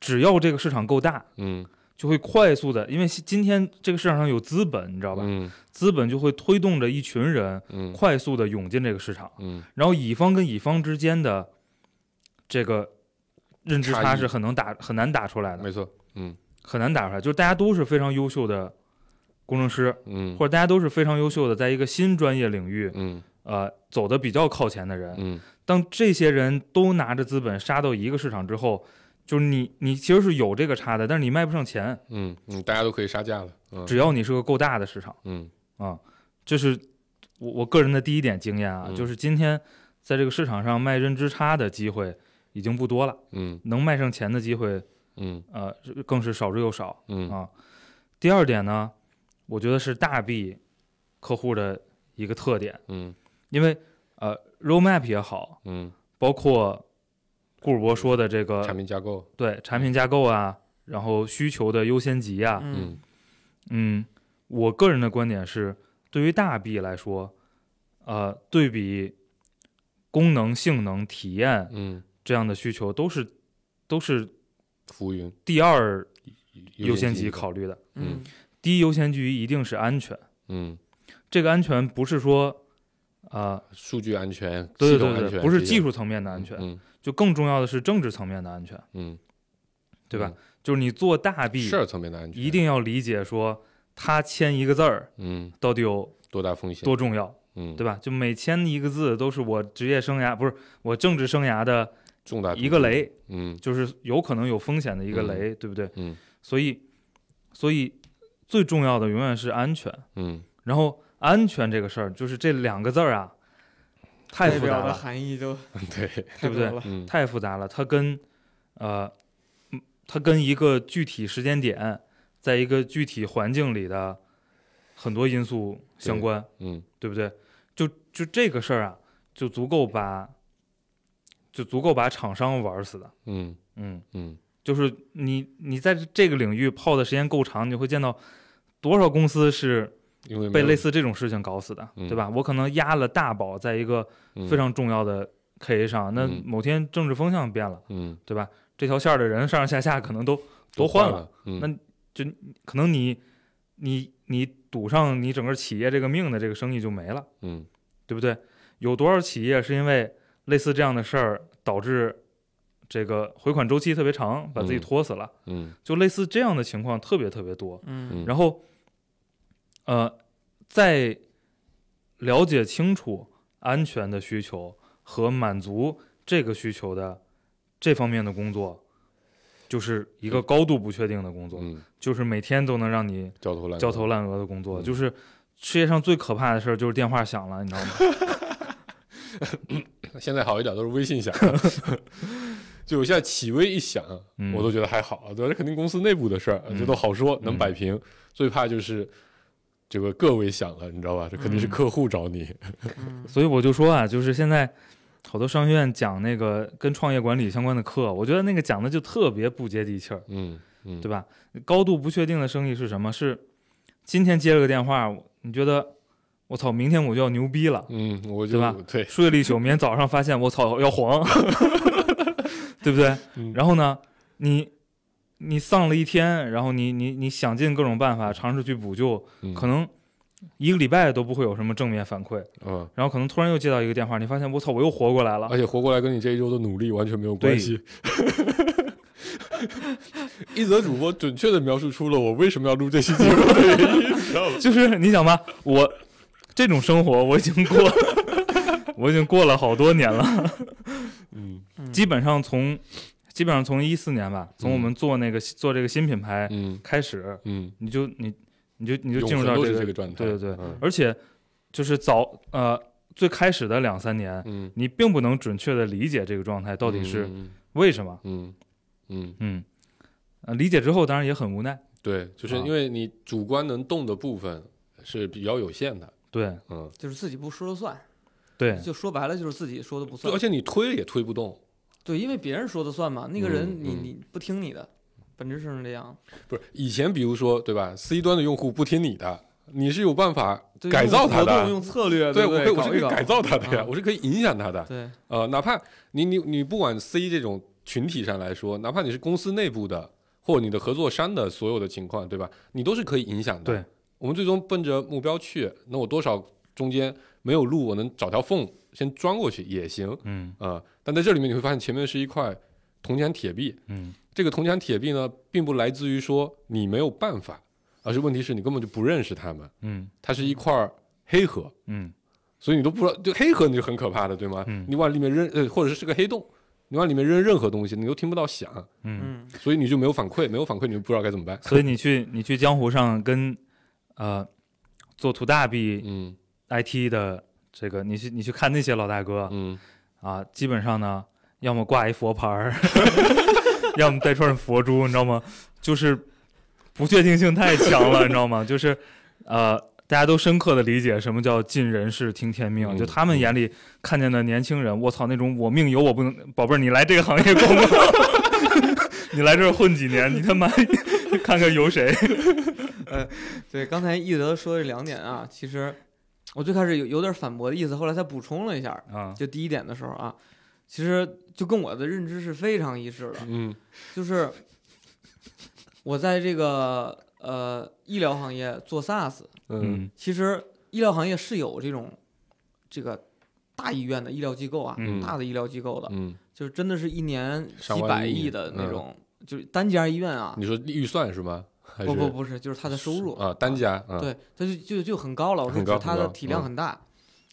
S5: 只要这个市场够大，
S4: 嗯，
S5: 就会快速的，因为今天这个市场上有资本，你知道吧？
S4: 嗯
S5: 资本就会推动着一群人
S4: 嗯
S5: 快速的涌进这个市场，
S4: 嗯
S5: 然后乙方跟乙方之间的这个认知
S4: 差
S5: 差
S4: 异
S5: 是很能打很难打出来
S4: 嗯，
S5: 的，
S4: 没错，嗯
S5: 很难打出来。就是大家都是非常优秀的工程师，
S4: 嗯
S5: 或者大家都是非常优秀的，在一个新专业领域
S4: 嗯
S5: 呃走的比较靠前的人。
S4: 嗯
S5: 当这些人都拿着资本杀到一个市场之后，就是你你其实是有这个差的，但是你卖不上钱，
S4: 嗯嗯，大家都可以杀价了，嗯
S5: 只要你是个够大的市场。
S4: 嗯
S5: 啊，这是我我个人的第一点经验啊，
S4: 嗯
S5: 就是今天在这个市场上卖认知差的机会已经不多了，
S4: 嗯
S5: 能卖上钱的机会，
S4: 嗯
S5: 呃，更是少之又少
S4: 嗯
S5: 啊。第二点呢，我觉得是大 B 客户的一个特点，
S4: 嗯
S5: 因为呃，roadmap 也好，
S4: 嗯，
S5: 包括顾尔博说的这
S4: 产
S5: 个
S4: 品架构，
S5: 对产品架构啊，然后需求的优先级啊，
S3: 嗯
S4: 嗯
S5: 嗯，我个人的观点是，对于大 B 来说，呃，对比功能、性能、体验
S4: 嗯，
S5: 这样的需求，都是都是
S4: 浮云
S5: 第二优
S4: 先
S5: 先级，考虑的。
S4: 嗯
S5: 第一优先级一定是安全，
S4: 嗯，
S5: 这个安全不是说，呃，
S4: 数据安全，
S5: 对
S4: 系统
S5: 对对
S4: 安全
S5: 对，不是
S4: 这些
S5: 技术层面的安全，
S4: 嗯
S5: 就更重要的是政治层面的安全，
S4: 嗯，
S5: 对吧？就是你做大 B，
S4: 事儿层面嗯的安全，
S5: 一定要理解说，它签一个字儿
S4: 嗯，
S5: 到底有
S4: 多大风险，
S5: 多重要。
S4: 嗯，
S5: 对吧？就每签一个字都是我职业生涯，不是我政治生涯的
S4: 重大
S5: 一个
S4: 突破，
S5: 雷，
S4: 嗯
S5: 就是有可能有风险的一个雷，对不对？
S4: 嗯
S5: 所以，所以最重要的永远是安全。
S4: 嗯
S5: 然后安全这个事儿，就是这两个字儿啊，太
S3: 代
S5: 复
S3: 表
S5: 杂
S3: 的
S5: 了，
S3: 含义就
S4: 对，
S3: 太
S5: 对
S3: 多
S5: 不对
S3: 了。
S4: 嗯
S5: 太复杂了。它跟呃，嗯它跟一个具体时间点，在一个具体环境里的很多因素相
S4: 对
S5: 关，
S4: 嗯
S5: 对不对？就就这个事儿啊，就足够把就足够把厂商玩死的。
S4: 嗯
S5: 嗯，
S4: 嗯
S5: 就是你你在这个领域泡的时间够长，你会见到多少公司是
S4: 因为
S5: 被类
S4: 似
S5: 似这种事情搞死的，
S4: 嗯
S5: 对吧？我可能压了大宝在一个非常重要的 KA 上，那
S4: 嗯
S5: 某天政治风向变了，
S4: 嗯
S5: 对吧？这条线儿的人上上下下可能都都换
S4: 换
S5: 了，，
S4: 嗯
S5: 那可能你你你赌上你整个企业这个命的这个生意就没了。
S4: 嗯
S5: 对不对？有多少企业是因为类似这样的事儿导致这个回款周期特别长，把自己
S4: 嗯
S5: 拖死了？
S4: 嗯
S5: 就类似这样的情况特别特别多。
S3: 嗯
S4: 嗯，
S5: 然后，呃，在了解清楚安全的需求和满足这个需求的这方面的工作，就是一个高度不确定的工作，
S4: 嗯
S5: 就是每天都能让你
S4: 焦头烂额
S5: 焦头烂额的工作，
S4: 嗯
S5: 就是世界上最可怕的事儿就是电话响了，你知 道吗？
S4: 现在好一点都是 微信响，就我现在企微一响，
S5: 嗯
S4: 我都觉得还好，对吧？这肯定公司内部的事儿，
S5: 嗯
S4: 这都好说，能
S5: 嗯
S4: 摆平。最怕就是这个个位响了，你知道吧？这肯定是
S5: 嗯
S4: 客户找你，
S3: 嗯
S5: 所以我就说啊，就是现在好多商学院讲那个跟创业管理相关的课，我觉得那个讲的就特别不接地气儿，
S4: 嗯嗯，
S5: 对吧？高度不确定的生意是什么？是今天接了个电话，你觉得我操，明天我就要牛逼了。
S4: 嗯，我就
S5: 对吧
S4: 对，
S5: 睡了一宿，明天早上发现我操要黄， 对不对？
S4: 嗯
S5: 然后呢，你你丧了一天，然后你你你想尽各种办法尝试去补救，
S4: 嗯
S5: 可能一个礼拜都不会有什么正面反馈，
S4: 嗯，
S5: 然后可能突然又接到一个电话，你发现我操我又活过来了，
S4: 而且活过来跟你这一周的努力完全没有关系。 一则主播准确的描述出了我为什么要录这期节目的原因，你知道吗？
S5: 就是 你想吧，我这种生活我已经过， 我已经过了好多年了，
S4: 嗯
S5: 基本上从基本上从一四年吧，从我们做那个、做这个新品牌
S4: 嗯
S5: 开始，
S4: 嗯，
S5: 你就你你就你就
S4: 永
S5: 进入
S4: 恒
S5: 到
S4: 都
S5: 这
S4: 是
S5: 个
S4: 这个状态。
S5: 对对对
S4: 嗯
S5: 而且就是早呃最开始的两三年，
S4: 嗯，
S5: 你并不能准确的理解这个状态到底是
S4: 嗯
S5: 为什么。
S4: 嗯嗯，
S5: 嗯，呃理解之后当然也很无奈。
S4: 对，就是
S5: 啊
S4: 因为你主观能动的部分是比较有限的。
S5: 对
S4: 嗯，
S3: 就是自己不说了算，
S5: 对
S3: 就说白了就是自己说的不
S4: 对，
S3: 算
S4: 而。且你推也推不动，
S3: 对，因为别人说的算嘛，那个
S4: 嗯
S3: 人你
S4: 嗯
S3: 你不听你的，本质上是这样。
S4: 不是以前比如说对吧，C 端的用户不听你的，你是有办法
S3: 对
S4: 改
S3: 用
S4: 造它
S3: 活动
S4: 的。
S3: 用策略，
S4: 对，
S3: 不
S4: 我可以，
S3: 对？
S4: 我
S3: 搞
S4: 是可
S3: 一
S4: 以
S3: 搞
S4: 改造它的呀
S3: 啊，
S4: 我是可以影响它的。
S3: 对，
S4: 呃，哪怕你你你不管 C 这种群体上来说，哪怕你是公司内部的，或者你的合作商的所有的情况，对吧？你都是可以影响的。
S5: 对，
S4: 我们最终奔着目标去，那我多少中间没有路，我能找条缝先钻过去也行
S5: 嗯
S4: 啊、呃但在这里面你会发现，前面是一块铜墙铁壁，
S5: 嗯，
S4: 这个铜墙铁壁呢，并不来自于说你没有办法，而是问题是你根本就不认识他们，
S5: 嗯
S4: 它是一块黑河。
S5: 嗯
S4: 所以你都不知道，就黑盒你就很可怕的，对吗？
S5: 嗯
S4: 你往里面扔，呃，或者是是个黑洞，你往里面扔任何东西，你都听不到响，
S5: 嗯，
S3: 嗯，
S4: 所以你就没有反馈，没有反馈你就不知道该怎么办。
S5: 所以你去你去江湖上跟呃做图大 B
S4: 嗯
S5: IT 的这个，你去你去看那些老大哥
S4: 嗯，
S5: 啊，基本上呢，要么挂一佛牌儿， 要么戴串佛珠，你知道吗？就是不确定性太强了，你知道吗？就是呃，大家都深刻的理解什么叫尽人事听天命，
S4: 嗯
S5: 就他们眼里看见的年轻人，我操，那种我命由我不能，宝贝儿，你来这个行业工作， 你来这儿混几年，你他妈 看看有谁？
S3: 对，刚才易德说的两点啊，其实我最开始有有点反驳的意思，后来他补充了一下，
S5: 啊，
S3: 就第一点的时候啊，其实就跟我的认知是非常一致的，
S4: 嗯
S3: 就是我在这个呃医疗行业做 SaaS，
S4: 嗯
S3: 其实医疗行业是有这种这个大医院的医疗机构啊，
S5: 嗯
S3: 大的医疗机构的，
S4: 嗯，
S3: 就是真的是一年
S4: 上
S3: 几
S4: 万
S3: 百
S4: 亿
S3: 亿的那
S4: 嗯
S3: 种，就是单家医院啊
S4: 你，说预算是吗？还是
S3: 不不不是，就是它的收入
S4: 啊，单家啊，
S3: 对，它就就就很高了，我说
S4: 很高
S3: 指它
S4: 很
S3: 的
S4: 高
S3: 体量
S4: 嗯
S3: 很大。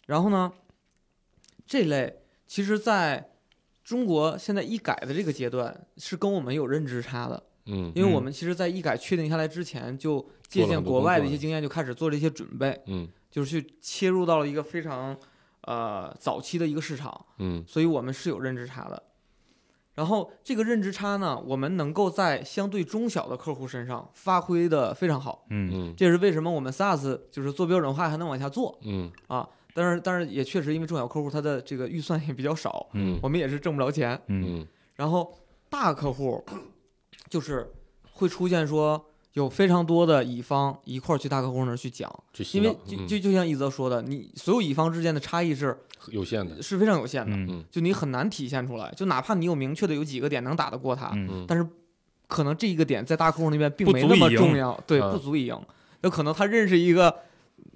S3: 然后呢，这类其实在中国现在医改的这个阶段是跟我们有认知差的，
S4: 嗯
S3: 因为我
S5: 嗯
S3: 们其实，在医改确定下来之前，就借
S4: 做了
S3: 鉴
S4: 很多
S3: 国
S4: 工
S3: 外
S4: 作
S3: 的一些
S4: 了
S3: 经验，就开始做了一些准备，
S4: 嗯
S3: 就是去切入到了一个非常呃早期的一个市场，
S4: 嗯
S3: 所以我们是有认知差的。然后这个认知差呢，我们能够在相对中小的客户身上发挥的非常好，
S5: 嗯
S4: 嗯
S3: 这也是为什么我们 SaaS 就是做标准化还能往下做
S4: 嗯
S3: 啊。但是但是也确实因为中小客户他的这个预算也比较少，
S5: 嗯
S3: 我们也是挣不着钱。
S5: 嗯
S4: 嗯
S3: 然后大客户就是会出现说有非常多的乙方一块儿去大客户那儿去讲，
S4: 去洗
S3: 因
S4: 脑，
S3: 为就
S4: 嗯
S3: 就就像一泽说的，你所有乙方之间的差异是
S4: 有限的，
S3: 是非常有限的，
S5: 嗯
S3: 就你很难体现出来。就哪怕你有明确的有几个点能打得过他，
S5: 嗯
S4: 嗯
S3: 但是可能这一个点在大客户那边并
S5: 不
S3: 没
S5: 足
S3: 那
S5: 以
S3: 么
S5: 赢嗯
S3: 重要，对，
S4: 啊
S3: 不足以赢。有可能他认识一个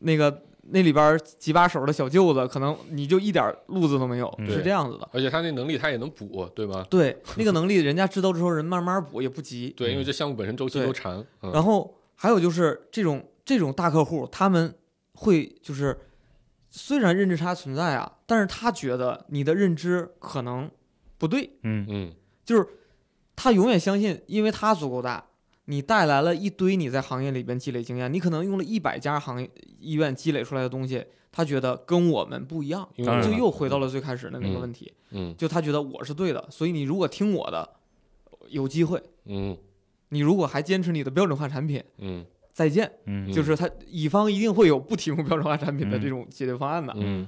S3: 那个那里边儿几把手的小舅子，可能你就一点儿路子都没有，
S5: 嗯
S3: 是
S4: 对
S3: 这样子的。
S4: 而且他那能力他也能补，对吗？
S3: 对，那个能力人家知道之后，人慢慢补也不急。
S4: 对，因为
S5: 嗯
S4: 这项目本身周期
S3: 对
S4: 都长，嗯
S3: 然后还有就是这种这种大客户，他们会就是虽然认知差存在啊，但是他觉得你的认知可能不对，
S5: 嗯
S4: 嗯
S3: 就是他永远相信，因为他足够大，你带来了一堆你在行业里边积累经验，你可能用了一百家行业医院积累出来的东西，他觉得跟我们不一样，
S4: 因为
S5: 当然
S3: 就
S5: 了
S3: 又回到了最开始的那个问题，
S4: 嗯
S3: 就他觉得我是对的，所以你如果听我的，有机会；
S4: 嗯
S3: 你如果还坚持你的标准化产品，
S4: 嗯
S3: 再见。
S5: 嗯
S3: 就是他乙方一定会有不提供标准化产品的
S5: 嗯
S3: 这种解决方案的。
S4: 嗯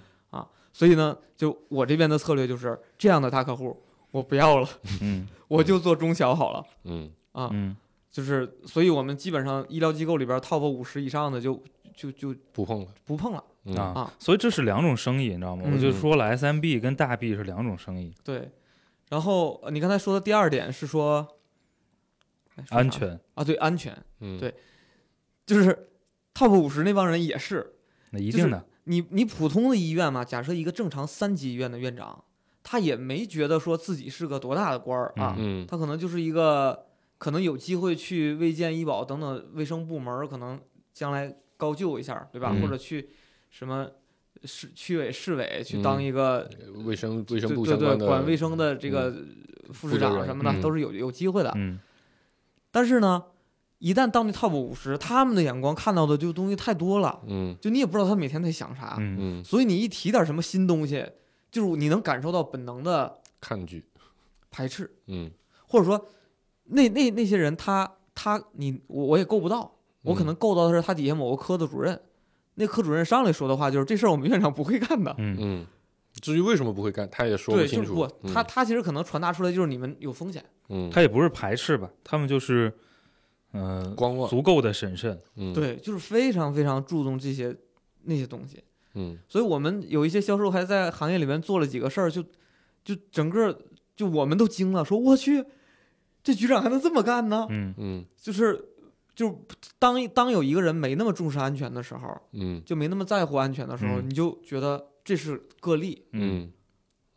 S3: 所以呢，就我这边的策略就是这样的大客户我不要了，
S5: 嗯
S3: 我就做中小好了。
S4: 嗯
S5: 嗯
S3: 就是，所以我们基本上医疗机构里边 top 五十以上的就就就
S4: 不碰了，
S3: 不碰了，
S4: 嗯
S5: 啊
S3: 啊
S5: 所以这是两种生意，你知道吗？
S3: 嗯
S5: 我就说了，SMB 跟大 B 是两种生意，
S3: 对，然后呃你刚才说的第二点是说哎说啥
S5: 安全
S3: 啊，对安全，
S4: 嗯，
S3: 对就是 top 五十那帮人也是，
S5: 那一
S3: 就是
S5: 定的，
S3: 你你普通的医院嘛，假设一个正常三级医院的院长，他也没觉得说自己是个多大的官儿啊，
S4: 嗯
S3: 他可能就是一个可能有机会去卫健、医保等等卫生部门儿，可能将来高就一下，对吧？
S4: 嗯
S3: 或者去什么市区委、市委去
S4: 嗯
S3: 当一个
S4: 卫生卫生部
S3: 对
S4: 相
S3: 对对
S4: 关的
S3: 管卫生的这个副市
S4: 负责
S3: 长
S4: 人
S3: 什么的、
S5: 嗯
S3: 都是有有机会的。
S5: 嗯
S3: 但是呢，一旦到那 top 五十，他们的眼光看到的就东西太多了，
S4: 嗯
S3: 就你也不知道他每天在想啥，
S5: 嗯，
S4: 嗯
S3: 所以你一提点什么新东西，就是你能感受到本能的
S4: 抗拒，
S3: 排斥，
S4: 嗯
S3: 或者说那那那些人他他你我我也够不到，我
S4: 嗯
S3: 可能够到的是他底下某个科的主任。那科主任上来说的话就是这事儿我们院长不会干的，
S5: 嗯
S4: 嗯，至于为什么不会干，他也说
S3: 对，就
S4: 清
S3: 是
S4: 楚。
S3: 不，
S4: 嗯
S3: 他他其实可能传达出来就是你们有风险，
S4: 嗯
S5: 他也不是排斥吧，他们就是，呃，
S4: 观望，
S5: 足够的审慎，
S4: 嗯
S3: 对，就是非常非常注重这些那些东西，
S4: 嗯
S3: 所以我们有一些销售还在行业里面做了几个事儿，就就整个就我们都惊了，说我去，这局长还能这么干呢？
S5: 嗯
S4: 嗯
S3: 就是就是当当有一个人没那么重视安全的时候，
S4: 嗯
S3: 就没那么在乎安全的时候，
S5: 嗯
S3: 你就觉得这是个例
S5: 嗯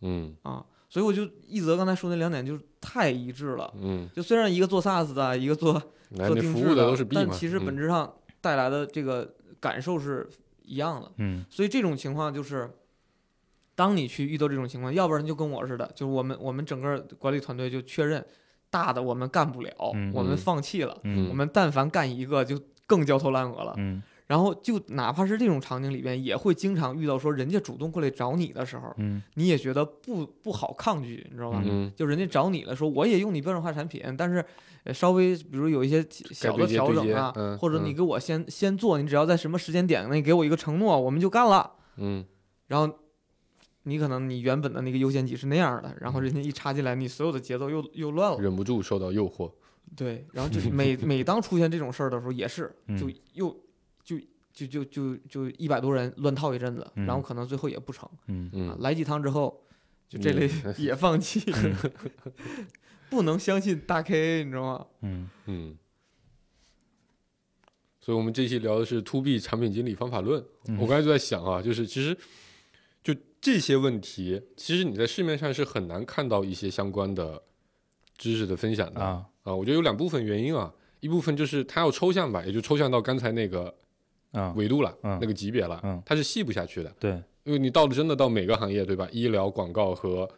S4: 嗯嗯
S3: 啊。所以我就一泽刚才说那两点就是太一致了，
S4: 嗯，
S3: 就虽然一个做 SaaS 的，一个做
S4: 来
S3: 做
S4: 哎那
S3: 定
S4: 服
S3: 制
S4: 务的都是 B
S3: 但
S4: 嘛，嗯
S3: 其实本质上带来的这个感受是一样的。
S5: 嗯
S3: 所以这种情况就是，当你去遇到这种情况，要不然就跟我似的，就是我们我们整个管理团队就确认，大的我们干不了，
S5: 嗯
S3: 我们放弃了，
S5: 嗯
S3: 我们但凡干一个就更焦头烂额了。
S5: 嗯
S3: 然后就哪怕是这种场景里边，也会经常遇到说人家主动过来找你的时候，
S5: 嗯
S3: 你也觉得不不好抗拒，你知道吧？
S4: 嗯
S3: 就人家找你了，说我也用你标准化产品，但是呃稍微比如有一些小的
S4: 对接
S3: 调
S4: 对
S3: 整
S4: 接
S3: 啊，
S4: 嗯
S3: 或者
S4: 嗯
S3: 你给我先、先做，你只要在什么时间点内给我一个承诺，我们就干了。
S4: 嗯
S3: 然后你可能你原本的那个优先级是那样的，
S4: 嗯
S3: 然后人家一插进来，你所有的节奏又又乱了。
S4: 忍不住受到诱惑，
S3: 对，然后 就是每每当出现这种事儿的时候，也是
S5: 嗯
S3: 就又就就就就就一百多人乱套一阵子，
S5: 嗯
S3: 然后可能最后也不成，
S5: 嗯
S3: 啊
S4: 嗯
S3: 来几趟之后。就这类也放弃， 不能相信大 K，你知道吗？
S5: 嗯
S4: 嗯。所以，我们这期聊的是 to B 产品经理方法论。
S5: 嗯
S4: 我刚才就在想啊，就是其实就这些问题，其实你在市面上是很难看到一些相关的知识的分享的。
S5: 啊
S4: 啊，我觉得有两部分原因啊，一部分就是它要抽象吧，也就抽象到刚才那个
S5: 啊，
S4: 维度了，
S5: 嗯
S4: 那个级别了，
S5: 嗯
S4: 它是细不下去的，
S5: 对，
S4: 因为你到了真的到每个行业，对吧？医疗、广告和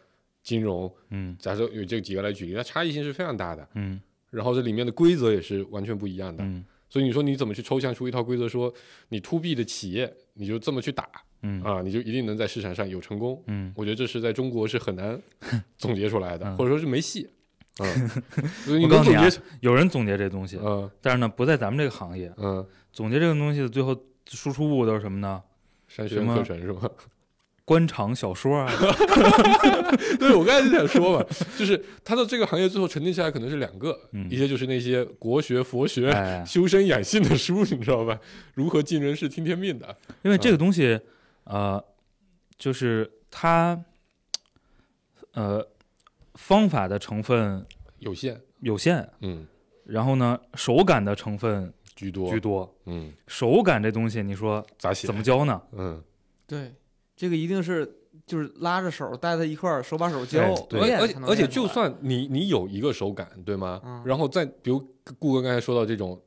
S4: 金融，
S5: 嗯
S4: 假设有这几个来举例，它差异性是非常大的，
S5: 嗯
S4: 然后这里面的规则也是完全不一样的，
S5: 嗯
S4: 所以你说你怎么去抽象出一套规则，说你 to B 的企业你就这么去打
S5: 嗯
S4: 啊，你就一定能在市场上有成功？
S5: 嗯，
S4: 我觉得这是在中国是很难总结出来的，
S5: 嗯
S4: 或者说是 没戏。嗯，所以
S5: 我
S4: 能
S5: 告诉
S4: 总
S5: 你啊
S4: 结成，
S5: 有人总结这东西，
S4: 嗯
S5: 但是呢，不在咱们这个行业
S4: 嗯，
S5: 总结这个东西的最后输出物都是什么呢？
S4: 山
S5: 什
S4: 学
S5: 么
S4: 课程是吗？
S5: 官场小说啊，
S4: 对，我刚才就想说嘛， 就是他到这个行业最后沉淀下来可能是两个，
S5: 嗯
S4: 一些就是那些国学、佛学、
S5: 哎，
S4: 修身养性的书，你知道吧？ 如何尽人事、听天命的，
S5: 因为这个东西，呃，就是它，呃，方法的成分
S4: 有限，
S5: 有限，
S4: 嗯，
S5: 然后呢，手感的成分
S4: 居多，
S5: 居多。
S4: 嗯，
S5: 手感这东西，你说
S4: 咋写
S5: 怎？么教呢？
S4: 嗯，
S3: 对，这个一定是就是拉着手带在一块儿，手把手教
S5: 哎，
S4: 对，
S3: 练
S4: 而且
S3: 才能
S4: 而且
S3: 练出
S4: 就
S3: 来
S4: 算你你有一个手感，对吗？
S3: 嗯
S4: 然后再比如顾哥刚才说到这种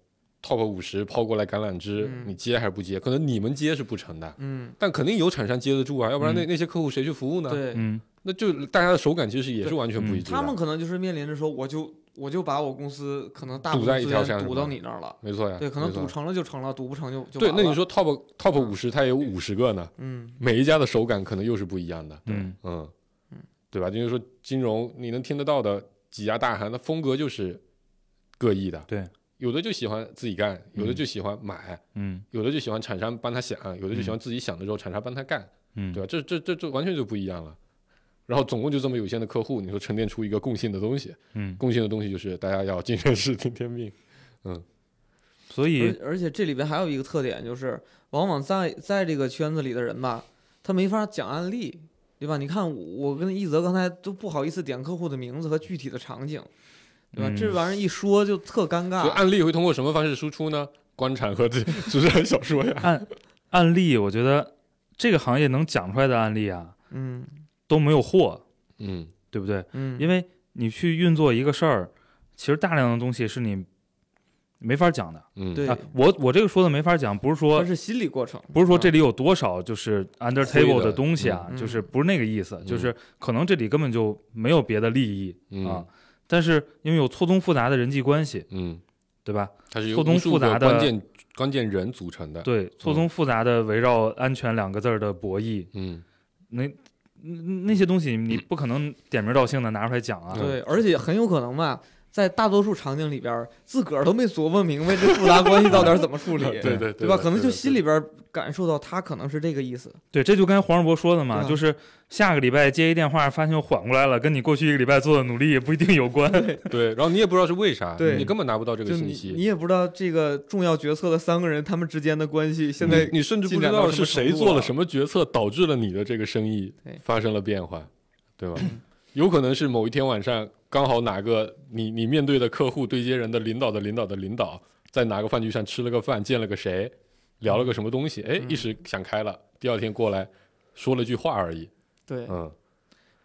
S4: top 五十抛过来橄榄枝，
S3: 嗯
S4: 你接还是不接？可能你们接是不成的，
S3: 嗯，
S4: 但肯定有厂商接得住啊，要不然那、
S5: 嗯
S4: 那些客户谁去服务呢？
S3: 对，
S5: 嗯
S4: 那就大家的手感其实也是
S3: 对嗯
S4: 完全不一致的。
S3: 他们可能就是面临着说，我就我就把我公司可能大部
S4: 堵在
S3: 分
S4: 一
S3: 资
S4: 条线
S3: 源
S4: 上
S3: 堵
S4: 吧
S3: 到你那儿了，
S4: 没错呀，
S3: 对，可能
S4: 没错
S3: 堵成了就成了，堵不成就就
S4: 对，
S3: 完
S4: 那你
S3: 了，
S4: 说 top top 五十，它也有五十个呢，
S3: 嗯，
S4: 每一家的手感可能又是不一样的，
S5: 嗯
S4: 嗯，对吧？就是说金融你能听得到的几家大行，那风格就是各异的，
S5: 对，
S4: 有的就喜欢自己干，有的就喜欢买，
S5: 嗯
S4: 有的就喜欢厂商帮他想，有的就喜欢自己想的时候厂商帮他干，
S5: 嗯，
S4: 对吧？这这这这完全就不一样了。然后总共就这么有限的客户，你说沉淀出一个共性的东西，
S5: 嗯
S4: 共性的东西就是大家要尽人事听天命，嗯，
S5: 所以
S3: 而而且这里边还有一个特点，就是往往在在这个圈子里的人吧，他没法讲案例，对吧？你看我跟一泽刚才都不好意思点客户的名字和具体的场景，对吧？
S5: 嗯
S3: 这玩意儿一说就特尴尬。
S4: 所以案例会通过什么方式输出呢？观察和主主持人 小说呀。
S5: 案案例，我觉得这个行业能讲出来的案例啊，
S3: 嗯
S5: 都没有货，
S4: 嗯，
S5: 对不对？
S3: 嗯，
S5: 因为你去运作一个事儿，其实大量的东西是你没法讲的。
S4: 嗯，
S3: 对
S5: 啊，我我这个说的没法讲，不是说
S3: 它是心理过程，
S5: 不是说这里有多少就是 under
S4: 灰
S5: table
S4: 的
S5: 的东西啊，
S3: 嗯嗯
S5: 就是不是那个意思，
S4: 嗯
S5: 就是可能这里根本就没有别的利益、
S4: 嗯
S5: 啊，但是因为有错综复杂的人际关系，
S4: 嗯，
S5: 对吧？
S4: 它是由
S5: 错综
S4: 无数
S5: 复
S4: 个
S5: 杂的
S4: 关键关键人组成的。，
S5: 对，错综复杂的围绕安全两个字儿的博弈，
S4: 嗯，
S5: 那那那些东西你不可能点名道姓的拿出来讲啊。
S3: 对，而且很有可能吧。在大多数场景里边，自个儿都没琢磨明白这复杂关系到底儿怎么处理，
S4: 对对对，
S3: 对吧？可能
S4: 对
S3: 就
S4: 对
S3: 心里边感受到他可能是这个意思。
S5: 对，这就跟黄世博说的嘛，
S3: 对啊
S5: 就是下个礼拜接一电话，发现我缓过来了，跟你过去一个礼拜做的努力也不一定有关。
S4: 对，然后你也不知道是为啥，
S3: 对
S4: 你根本拿不到这个
S3: 就
S4: 信
S3: 你
S4: 息。
S3: 你也不知道这个重要决策的三个人他们之间的关系，现在
S4: 你你甚至不
S3: 进
S4: 知
S3: 展到
S4: 道
S3: 什
S4: 是
S3: 么
S4: 谁
S3: 程度
S4: 做了
S3: 了
S4: 什么决策，导致了你的这个生意
S3: 对
S4: 发生了变化，对吧？有可能是某一天晚上，刚好哪个你你面对的客户对接人的领导的领导的领导，在哪个饭局上吃了个饭，见了个谁，聊了个什么东西，哎，一时想开了，第二天过来说了句话而已，
S3: 对
S4: 嗯，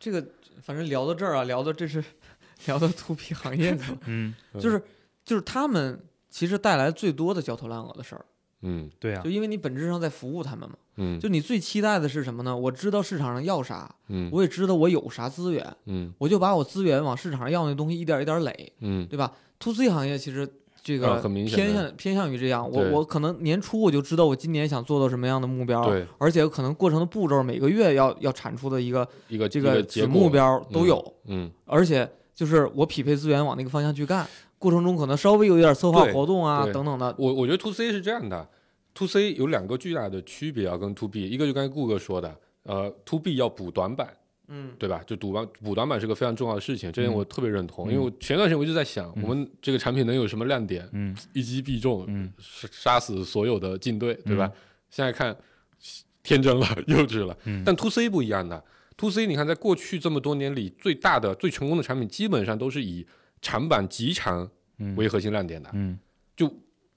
S3: 这个，反正聊到这儿啊，聊到这是聊到 to B 行业去了，
S5: 嗯，
S4: 嗯
S3: 就是就是他们其实带来最多的焦头烂额的事儿，
S4: 嗯
S5: 对啊呀、
S3: 就因为你本质上在服务他们嘛。
S4: 嗯
S3: 就你最期待的是什么呢？我知道市场上要啥，
S4: 嗯
S3: 我也知道我有啥资源，
S4: 嗯
S3: 我就把我资源往市场上要那东西一点一点垒，
S4: 嗯
S3: 对吧？to C 行业其实这
S4: 啊
S3: 个
S4: 很明显
S3: 偏
S4: 的
S3: 向偏向于这样，
S4: 对
S3: 我我可能年初我就知道我今年想做到什么样的目标，
S4: 对，
S3: 而且可能过程的步骤每个月要要产出的一个
S4: 一个
S3: 这
S4: 一
S3: 个
S4: 结
S3: 子
S4: 果
S3: 目，标都有，
S4: 嗯，
S3: 而且就是我匹配资源往那个方向去干，过程中可能稍微有一点策划
S4: 对
S3: 活动啊
S4: 对
S3: 等等的，
S4: 我我觉得 to C 是这样的，to C 有两个巨大的区别啊，跟 to B，一个就刚才顾哥说的，呃，to B 要补短板，
S3: 嗯
S4: 对吧？就补完补短板是个非常重要的事情，这点
S5: 嗯
S4: 我特别认同，
S5: 嗯
S4: 因为我前段时间我一直在想，
S5: 嗯
S4: 我们这个产品能有什么亮点，
S5: 嗯
S4: 一击必中，
S5: 嗯
S4: 杀杀死所有的竞对，对吧？
S5: 嗯
S4: 现在看天真了， 幼稚了，
S5: 嗯，
S4: 但 to C 不一样的，to C 你看，在过去这么多年里，最大的、最成功的产品，基本上都是以长板极长
S5: 嗯
S4: 为核心亮点的。
S5: 嗯
S4: 就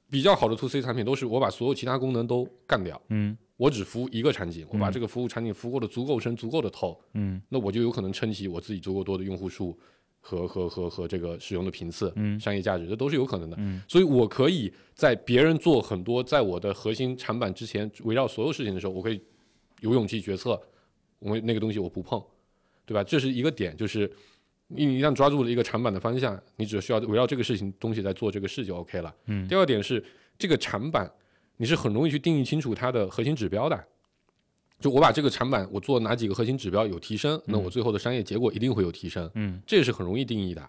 S4: 比较好的 to C 产品都是我把所有其他功能都干掉，
S5: 嗯
S4: 我只服务一个场景，我把
S5: 嗯
S4: 这个服务场景服务的足够深、足够的透，
S5: 嗯
S4: 那我就有可能撑起我自己足够多的用户数和和和和这个使用的频次、
S5: 嗯
S4: 商业价值，这都是有可能的。
S5: 嗯
S4: 所以我可以在别人做很多在我的核心产板之前围绕所有事情的时候，我可以有勇气决策，我那个东西我不碰，对吧？这是一个点，就是你你一旦抓住了一个产板的方向，你只需要围绕这个事情东西在做这个事就 OK 了。
S5: 嗯
S4: 第二点是这个产板，你是很容易去定义清楚它的核心指标的。就我把这个产板，我做哪几个核心指标有提升，那我最后的商业结果一定会有提升。
S5: 嗯
S4: 这也是很容易定义的。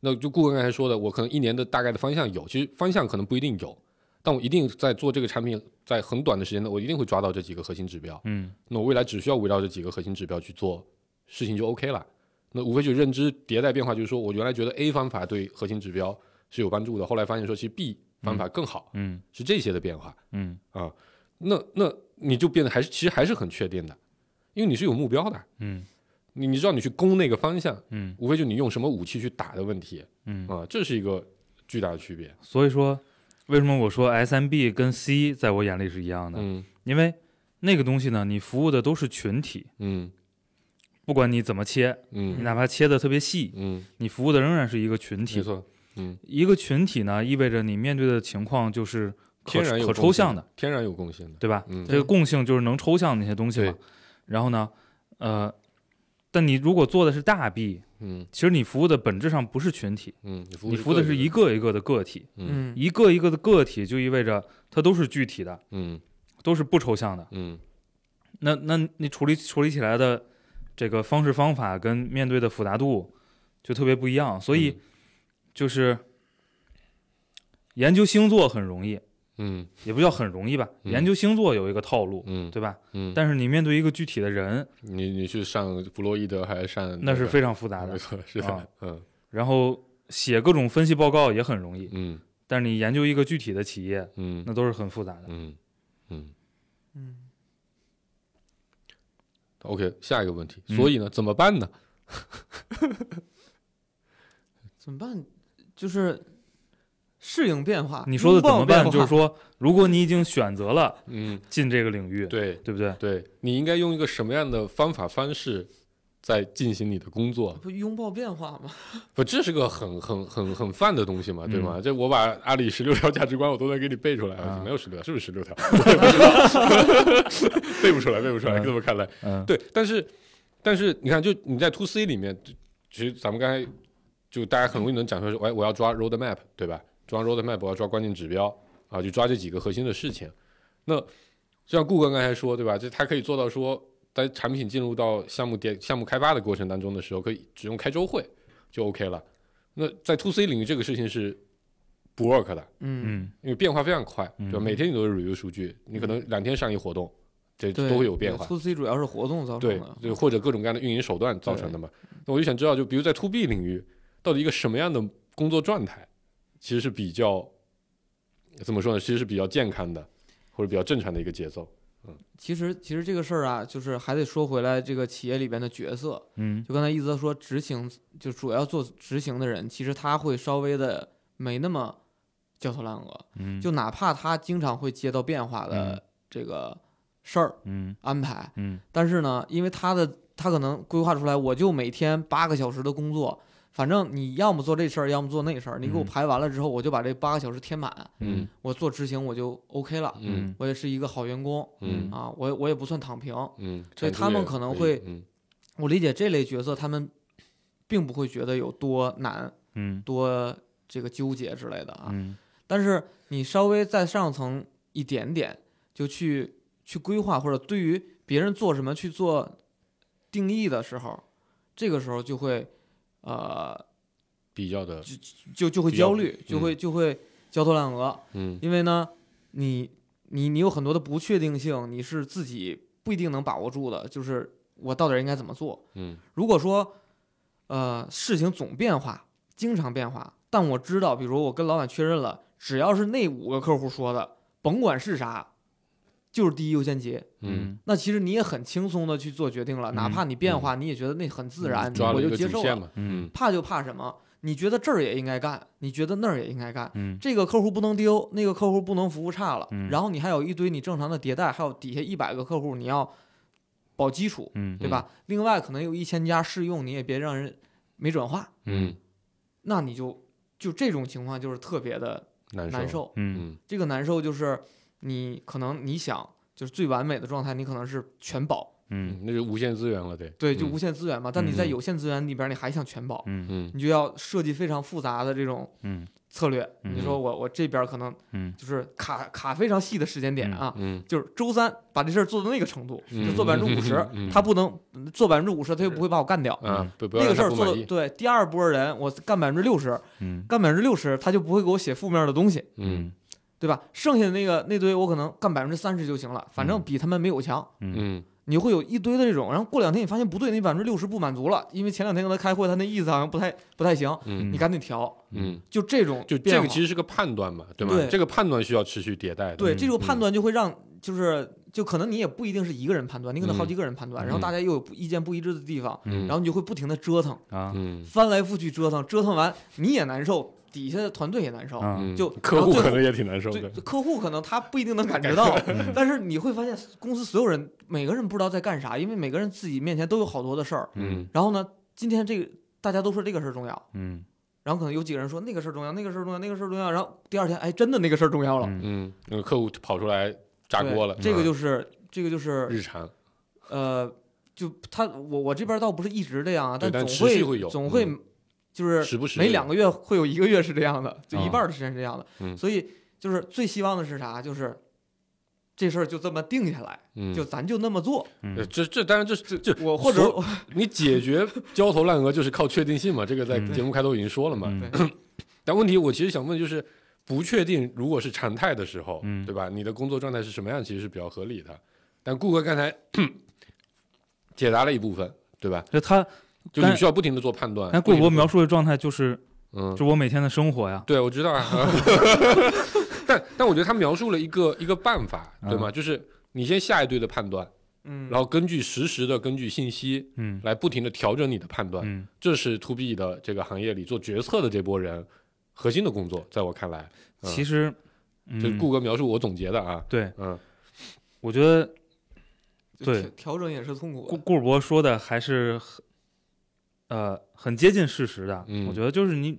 S4: 那就顾问刚才说的，我可能一年的大概的方向有，其实方向可能不一定有，但我一定在做这个产品，在很短的时间内，我一定会抓到这几个核心指标。
S5: 嗯
S4: 那我未来只需要围绕这几个核心指标去做事情就 OK 了。那无非就是认知迭代变化，就是说我原来觉得 A 方法对核心指标是有帮助的，后来发现说其实 B 方法更好，
S5: 嗯
S4: 是这些的变化。
S5: 嗯
S4: 啊，那那你就变得还是其实还是很确定的，因为你是有目标的，
S5: 嗯，
S4: 你你知道你去攻那个方向，
S5: 嗯，
S4: 无非就你用什么武器去打的问题，
S5: 嗯，
S4: 啊，这是一个巨大的区别，
S5: 所以说为什么我说 S M B 跟 C 在我眼里是一样的？
S4: 嗯
S5: 因为那个东西呢，你服务的都是群体，
S4: 嗯
S5: 不管你怎么切，你
S4: 嗯
S5: 哪怕切的特别细，
S4: 嗯，
S5: 你服务的仍然是一个群
S4: 没
S5: 体。
S4: 错，嗯
S5: 一个群体呢，意味着你面对的情况 就是可
S4: 天然有
S5: 可
S4: 共
S5: 抽象
S4: 性
S5: 的，，
S4: 天然有共性的，
S5: 对吧？
S4: 嗯，
S5: 这个共性就是能抽象那些东西嘛
S4: 对。
S5: 然后呢，呃，但你如果做的是大 B，
S4: 嗯
S5: 其实你服务的本质上不是群体，
S4: 嗯，你服务
S5: 你服务的是一
S4: 个
S5: 个一个的个体，
S4: 嗯
S3: 嗯
S5: 一个一个的个体就意味着它都是具体的，
S4: 嗯
S5: 都是不抽象的。
S4: 嗯
S5: 那那你处理处理起来的这个方式方法跟面对的复杂度就特别不一样，所
S4: 嗯
S5: 以就是研究星座很容易，
S4: 嗯
S5: 也不叫很容易吧，
S4: 嗯
S5: 研究星座有一个套路，
S4: 嗯
S5: 对吧？
S4: 嗯，
S5: 但是你面对一个具体的人，
S4: 你你去上弗洛伊德还是上
S5: 那是
S4: 个
S5: 非常复杂
S4: 没
S5: 的。
S4: 错，是
S5: 啊
S4: 的，嗯
S5: 然后写各种分析报告也很容易，
S4: 嗯
S5: 但是你研究一个具体的企业，
S4: 嗯
S5: 那都是很复杂的。
S4: 嗯嗯
S3: 嗯，
S4: ，OK，下一个问题，
S5: 嗯
S4: 所以呢，怎么办呢？
S3: 怎么办？就是适应变化。
S5: 你说的
S3: 拥
S5: 怎
S3: 抱
S5: 么办？
S3: 变
S5: 就是
S3: 化，
S5: 说，如果你已经选择了
S4: 嗯，
S5: 进这个领域，
S4: 对
S5: 对不对？
S4: 对，你应该用一个什么样的方法方式在进行你的工作？
S3: 不拥抱变化吗？
S4: 不，这是个很很很很泛的东西嘛，对吗？
S5: 嗯
S4: 这我把阿里十六条价值观我都能给你背出来，
S5: 啊
S4: 没有十六条，是不是十六 条？我也不知道， 背不出来，背不出来。
S5: 嗯
S4: 这么看来，
S5: 嗯，
S4: 对，但是但是你看，就你在 to C 里面，就其实咱们刚才就大家很容易能讲出来说，哎，我要抓 road map，对吧？抓 road map，我要抓关键指标啊，就抓这几个核心的事情。那就像顾哥刚才说，对吧？这他可以做到说，在产品进入到项目点、项目开发的过程当中的时候，可以只用开周会就 OK 了。那在 to C 领域，这个事情是不 work 的，
S3: 嗯，
S5: 嗯，
S4: 因为变化非常快，对吧？
S5: 嗯
S4: 每天你都是 review 数据，你可能两天上一活动，这
S3: 嗯对，
S4: 都会有变化。
S3: to C 主要是活动造成
S4: 对
S3: 的，嗯
S4: 对，或者各种各样的运营手段造成的嘛。那我就想知道，就比如在 to B 领域，到底一个什么样的工作状态，其实是比较怎么说呢？其实是比较健康的，或者比较正常的一个节奏。
S3: 其实其实这个事儿啊，就是还得说回来，这个企业里边的角色，
S5: 嗯，
S3: 就刚才一泽说，执行就主要做执行的人，其实他会稍微的没那么焦头烂额，
S5: 嗯，
S3: 就哪怕他经常会接到变化
S5: 嗯
S3: 的这个事儿
S5: 嗯
S3: 安排，
S5: 嗯
S3: 但是呢，因为他的他可能规划出来，我就每天八个小时的工作，反正你要么做这事儿，要么做那事儿，你给我
S5: 嗯
S3: 排完了之后，我就把这八个小时填满，
S5: 嗯
S3: 我做执行我就 OK 了，
S4: 嗯
S3: 我也是一个好员工
S4: 嗯
S3: 啊，我我也不算躺平，
S4: 嗯，
S3: 所以
S4: 产出
S3: 他们
S4: 也
S3: 可能
S4: 以
S3: 会
S4: 嗯
S3: 我理解这类角色他们并不会觉得有多难。
S5: 嗯
S3: 多这个纠结之类的啊。
S5: 嗯
S3: 但是你稍微再上层一点点，就去去规划或者对于别人做什么去做定义的时候，这个时候就会呃
S4: 比较的
S3: 就就会
S4: 比较
S3: 焦虑，就会就会焦头烂额，
S4: 嗯
S3: 因为呢你你你有很多的不确定性，你是自己不一定能把握住的，就是我到底应该怎么做。
S4: 嗯
S3: 如果说，呃，事情总变化，经常变化，但我知道，比如我跟老板确认了，只要是那五个客户说的，甭管是啥，就是第一优先级。
S4: 嗯，
S3: 那其实你也很轻松的去做决定了，哪
S5: 嗯
S3: 怕你变化，你也觉得那很自然，
S4: 嗯抓
S3: 我
S4: 了一
S3: 就
S4: 个
S3: 接
S4: 主
S3: 受
S4: 线
S3: 了。
S4: 嘛。嗯
S3: 怕就怕什么？你觉得这儿也应该干，你觉得那儿也应该干，
S5: 嗯
S3: 这个客户不能丢，那个客户不能服务差了，
S5: 嗯
S3: 然后你还有一堆你正常的迭代，还有底下一百个客户你要保基础，
S5: 嗯
S3: 对吧？另外可能有一千家试用，你也别让人没转化，
S4: 嗯，
S3: 那你就就这种情况就是特别的
S4: 难
S3: 难
S4: 受。
S3: 受。
S5: 嗯
S4: 嗯
S3: 这个难受就是你可能你想就是最完美的状态，你可能是全保，
S5: 嗯
S4: 嗯，那就无限资源了，对
S3: 对，就
S4: 嗯
S3: 无限资源嘛。但你在
S4: 嗯
S3: 有限资源里边，你还想全保，
S5: 嗯
S4: 嗯
S3: 你就要设计非常复杂的这种
S5: 嗯
S3: 策略。
S5: 嗯
S3: 你说我我这边可能
S5: 嗯
S3: 就是卡卡非常细的时间点啊，
S4: 嗯
S3: 就是周三把这事儿做到那个程度，
S4: 嗯
S3: 就做百分之五十
S4: 嗯，
S3: 他不能做百分之五十，他又不会把我干掉。
S4: 啊，不不要
S3: 那个事儿
S4: 让他不
S3: 做
S4: 满
S3: 的
S4: 意。
S3: 对，第二波人我干百分之六十，
S5: 嗯
S3: 干百分之六十，他就不会给我写负面的东西，
S4: 嗯
S3: 对吧？剩下的那个那堆我可能干百分之三十就行了，反正
S5: 嗯
S3: 比他们没有强。
S5: 嗯
S4: 嗯
S3: 你会有一堆的这种，然后过两天你发现不对，那百分之六十不满足了，因为前两天跟他开会，他那意思好像不太不太行，
S4: 嗯
S3: 你赶紧调。
S4: 嗯，
S3: 就这种
S4: 就
S3: 变
S4: 这
S3: 化
S4: 个其实是个判断嘛，对吗
S3: 对？
S4: 这个判断需要持续迭代的。
S3: 对
S5: 嗯
S3: 这种判断就会让就是就可能你也不一定是一个人判断，你可能好几个人判断，然后
S4: 嗯
S3: 大家又有不意见不一致的地方，然
S4: 嗯
S3: 后你就会不停的折腾，
S5: 啊
S4: 嗯
S3: 翻来覆去折腾，折腾完你也难受，底下的团队也难受，
S5: 啊
S4: 嗯，
S3: 就
S4: 客
S3: 然
S4: 户
S3: 后最后
S4: 可能也挺难受
S3: 对
S4: 的。
S3: 客户可能他不一定能感觉到，
S5: 嗯
S3: 但是你会发现公司所有人每个人不知道在干啥，因为每个人自己面前都有好多的事儿。
S4: 嗯
S3: 然后呢，今天这个大家都说这个事儿重要，
S5: 嗯
S3: 然后可能有几个人说那个事儿重要，那个事儿重要，那个事儿重要，然后第二天哎，真的那个事儿重要了，
S5: 嗯
S4: 嗯，那个客户跑出来炸
S3: 对
S4: 锅了，
S3: 这个
S4: 嗯
S3: 就是这个就是
S4: 日常。
S3: 呃，就他我我这边倒不是一直这样啊，
S4: 对但
S3: 总
S4: 持续会有
S3: 总会
S4: 嗯
S3: 就是
S4: 时不时
S3: 每
S4: 地
S3: 两个月会有一个月是这样的，就一
S5: 啊
S3: 半儿的时间是这样的。
S4: 嗯
S3: 所以就是最希望的是啥？就是这事儿就这么定下来，
S4: 嗯，
S3: 就咱就那么做。
S4: 呃这这当然这是这
S3: 我或者
S4: 所你解决焦头烂额就是靠确定性嘛，这个在
S5: 嗯
S4: 节目开头已经说了嘛。
S5: 嗯
S3: 对
S4: 但问题我其实想问就是，不确定如果是常态的时候，
S5: 嗯
S4: 对吧？你的工作状态是什么样，其实是比较合理的。但顾哥刚才 解答了一部分，对吧？
S5: 就他，
S4: 就你
S5: 但
S4: 需要不停的做判断。
S5: 但顾
S4: 不停地
S5: 博
S4: 做
S5: 描述的状态就是
S4: 嗯，
S5: 就我每天的生活呀。
S4: 对，我知道啊。 但但我觉得他描述了一个一个办法，对
S5: 嗯
S4: 吗？就是你先下一堆的判断，
S3: 嗯，
S4: 然后根据实时的根据信息
S5: 嗯
S4: 来不停的调整你的判断，
S5: 嗯，
S4: 这是 to B 的这个行业里做决策的这波人核心的工作，在我看来，嗯
S5: 其实，
S4: 这是
S5: 嗯，
S4: 顾哥描述我总结的啊。
S5: 对，
S4: 嗯，
S5: 我觉得
S3: 就
S5: 对
S3: 调调整也是痛苦
S5: 顾
S3: 的，
S5: 顾尔博说的还是很，呃，很接近事实的。
S4: 嗯
S5: 我觉得就是你，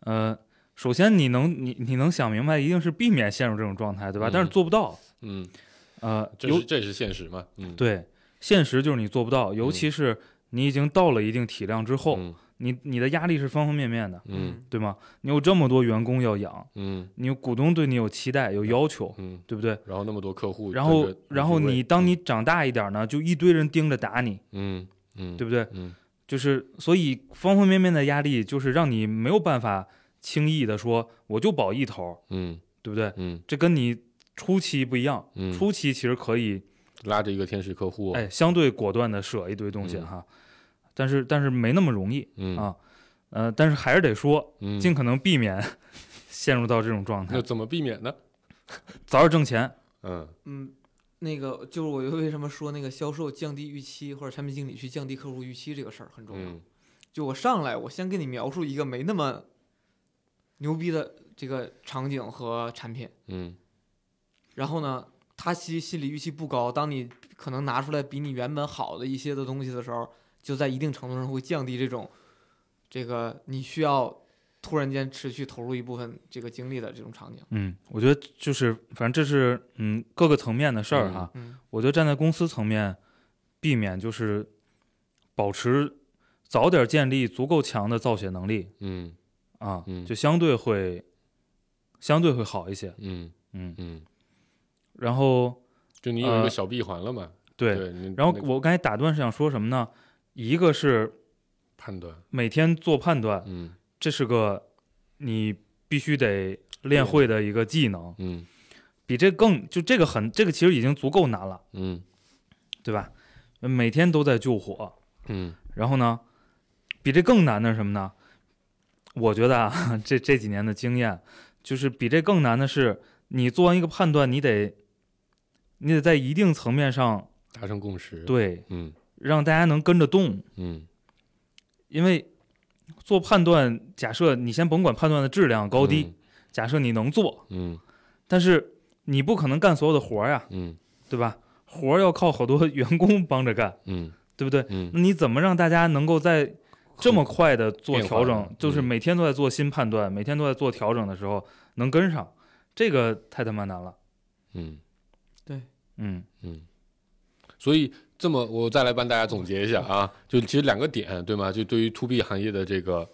S5: 呃，首先你能你你能想明白，一定是避免陷入这种状态，对吧？
S4: 嗯
S5: 但是做不到，
S4: 嗯，
S5: 呃，
S4: 这
S5: 尤
S4: 是这也是现实嘛。嗯，
S5: 对现实就是你做不到，尤其是你已经到了一定体量之后，
S4: 嗯
S5: 你你的压力是方方面面的，
S4: 嗯
S5: 对吗？你有这么多员工要养，
S4: 嗯
S5: 你有股东对你有期待有要求，
S4: 嗯，
S5: 对不对？
S4: 然后那么多客户，
S5: 然后
S4: 这个，
S5: 然后
S4: 地位
S5: 你当你长大一点呢，就一堆人盯着打你，
S4: 嗯嗯，
S5: 对不对？
S4: 嗯
S5: 就是所以方方面面的压力，就是让你没有办法轻易的说我就保一头，
S4: 嗯
S5: 对不对？
S4: 嗯
S5: 这跟你初期不一样，
S4: 嗯，
S5: 初期其实可以
S4: 拉着一个天使客户，
S5: 哎相对果断的舍一堆东西
S4: 嗯
S5: 哈，但是但是没那么容易，
S4: 嗯
S5: 啊呃，但是还是得说
S4: 嗯，
S5: 尽可能避免 陷入到这种状
S4: 那
S5: 态，
S4: 怎么避免呢？
S5: 早点挣钱，
S4: 嗯
S3: 嗯，那个就是我为什么说那个销售降低预期或者产品经理去降低客户预期这个事儿很重要。
S4: 嗯
S3: 就我上来，我先给你描述一个没那么牛逼的这个场景和产品，
S4: 嗯
S3: 然后呢，他其实心理预期不高，当你可能拿出来比你原本好的一些的东西的时候，就在一定程度上会降低这种这个你需要突然间持续投入一部分这个精力的这种场景。
S5: 嗯，我觉得就是反正这是嗯各个层面的事儿哈，
S3: 嗯
S5: 我觉得站在公司层面，避免就是保持早点建立足够强的造血能力
S4: 嗯
S5: 啊，
S4: 嗯
S5: 就相对会相对会好一些。
S4: 嗯
S5: 嗯，
S4: 嗯，
S5: 然后
S4: 就你有一个
S5: 呃
S4: 小闭环了嘛？
S5: 对，
S4: 你
S5: 然后
S4: 那个
S5: 我刚才打断是想说什么呢？一个是
S4: 判断，
S5: 每天做判断，
S4: 嗯
S5: 这是个你必须得练会的一个技能，
S4: 嗯
S5: 比这更就这个很这个其实已经足够难了，
S4: 嗯
S5: 对吧？每天都在救火，
S4: 嗯
S5: 然后呢，比这更难的是什么呢？我觉得啊， 这这几年的经验，就是比这更难的是，你做完一个判断，你得，你得在一定层面上
S4: 达成共识，，
S5: 对
S4: 嗯
S5: 让大家能跟着动，
S4: 嗯
S5: 因为做判断，假设你先甭管判断的质量高低，，假设你能做，
S4: 嗯
S5: 但是你不可能干所有的活儿呀，
S4: 嗯
S5: 对吧？活儿要靠好多 员工帮着干，
S4: 嗯
S5: 对不对？
S4: 嗯
S5: 那你怎么让大家能够在这么快的做调
S4: 变化
S5: 整
S4: 的，
S5: 就是
S4: 嗯
S5: 每天都在做新判断，每天都在做调整的时候能跟上？这个太他妈难了。
S4: 嗯
S5: 嗯
S4: 嗯，所以这么我再来帮大家总结一下啊，就其实两个点对吗？就对于 to B 行业的这个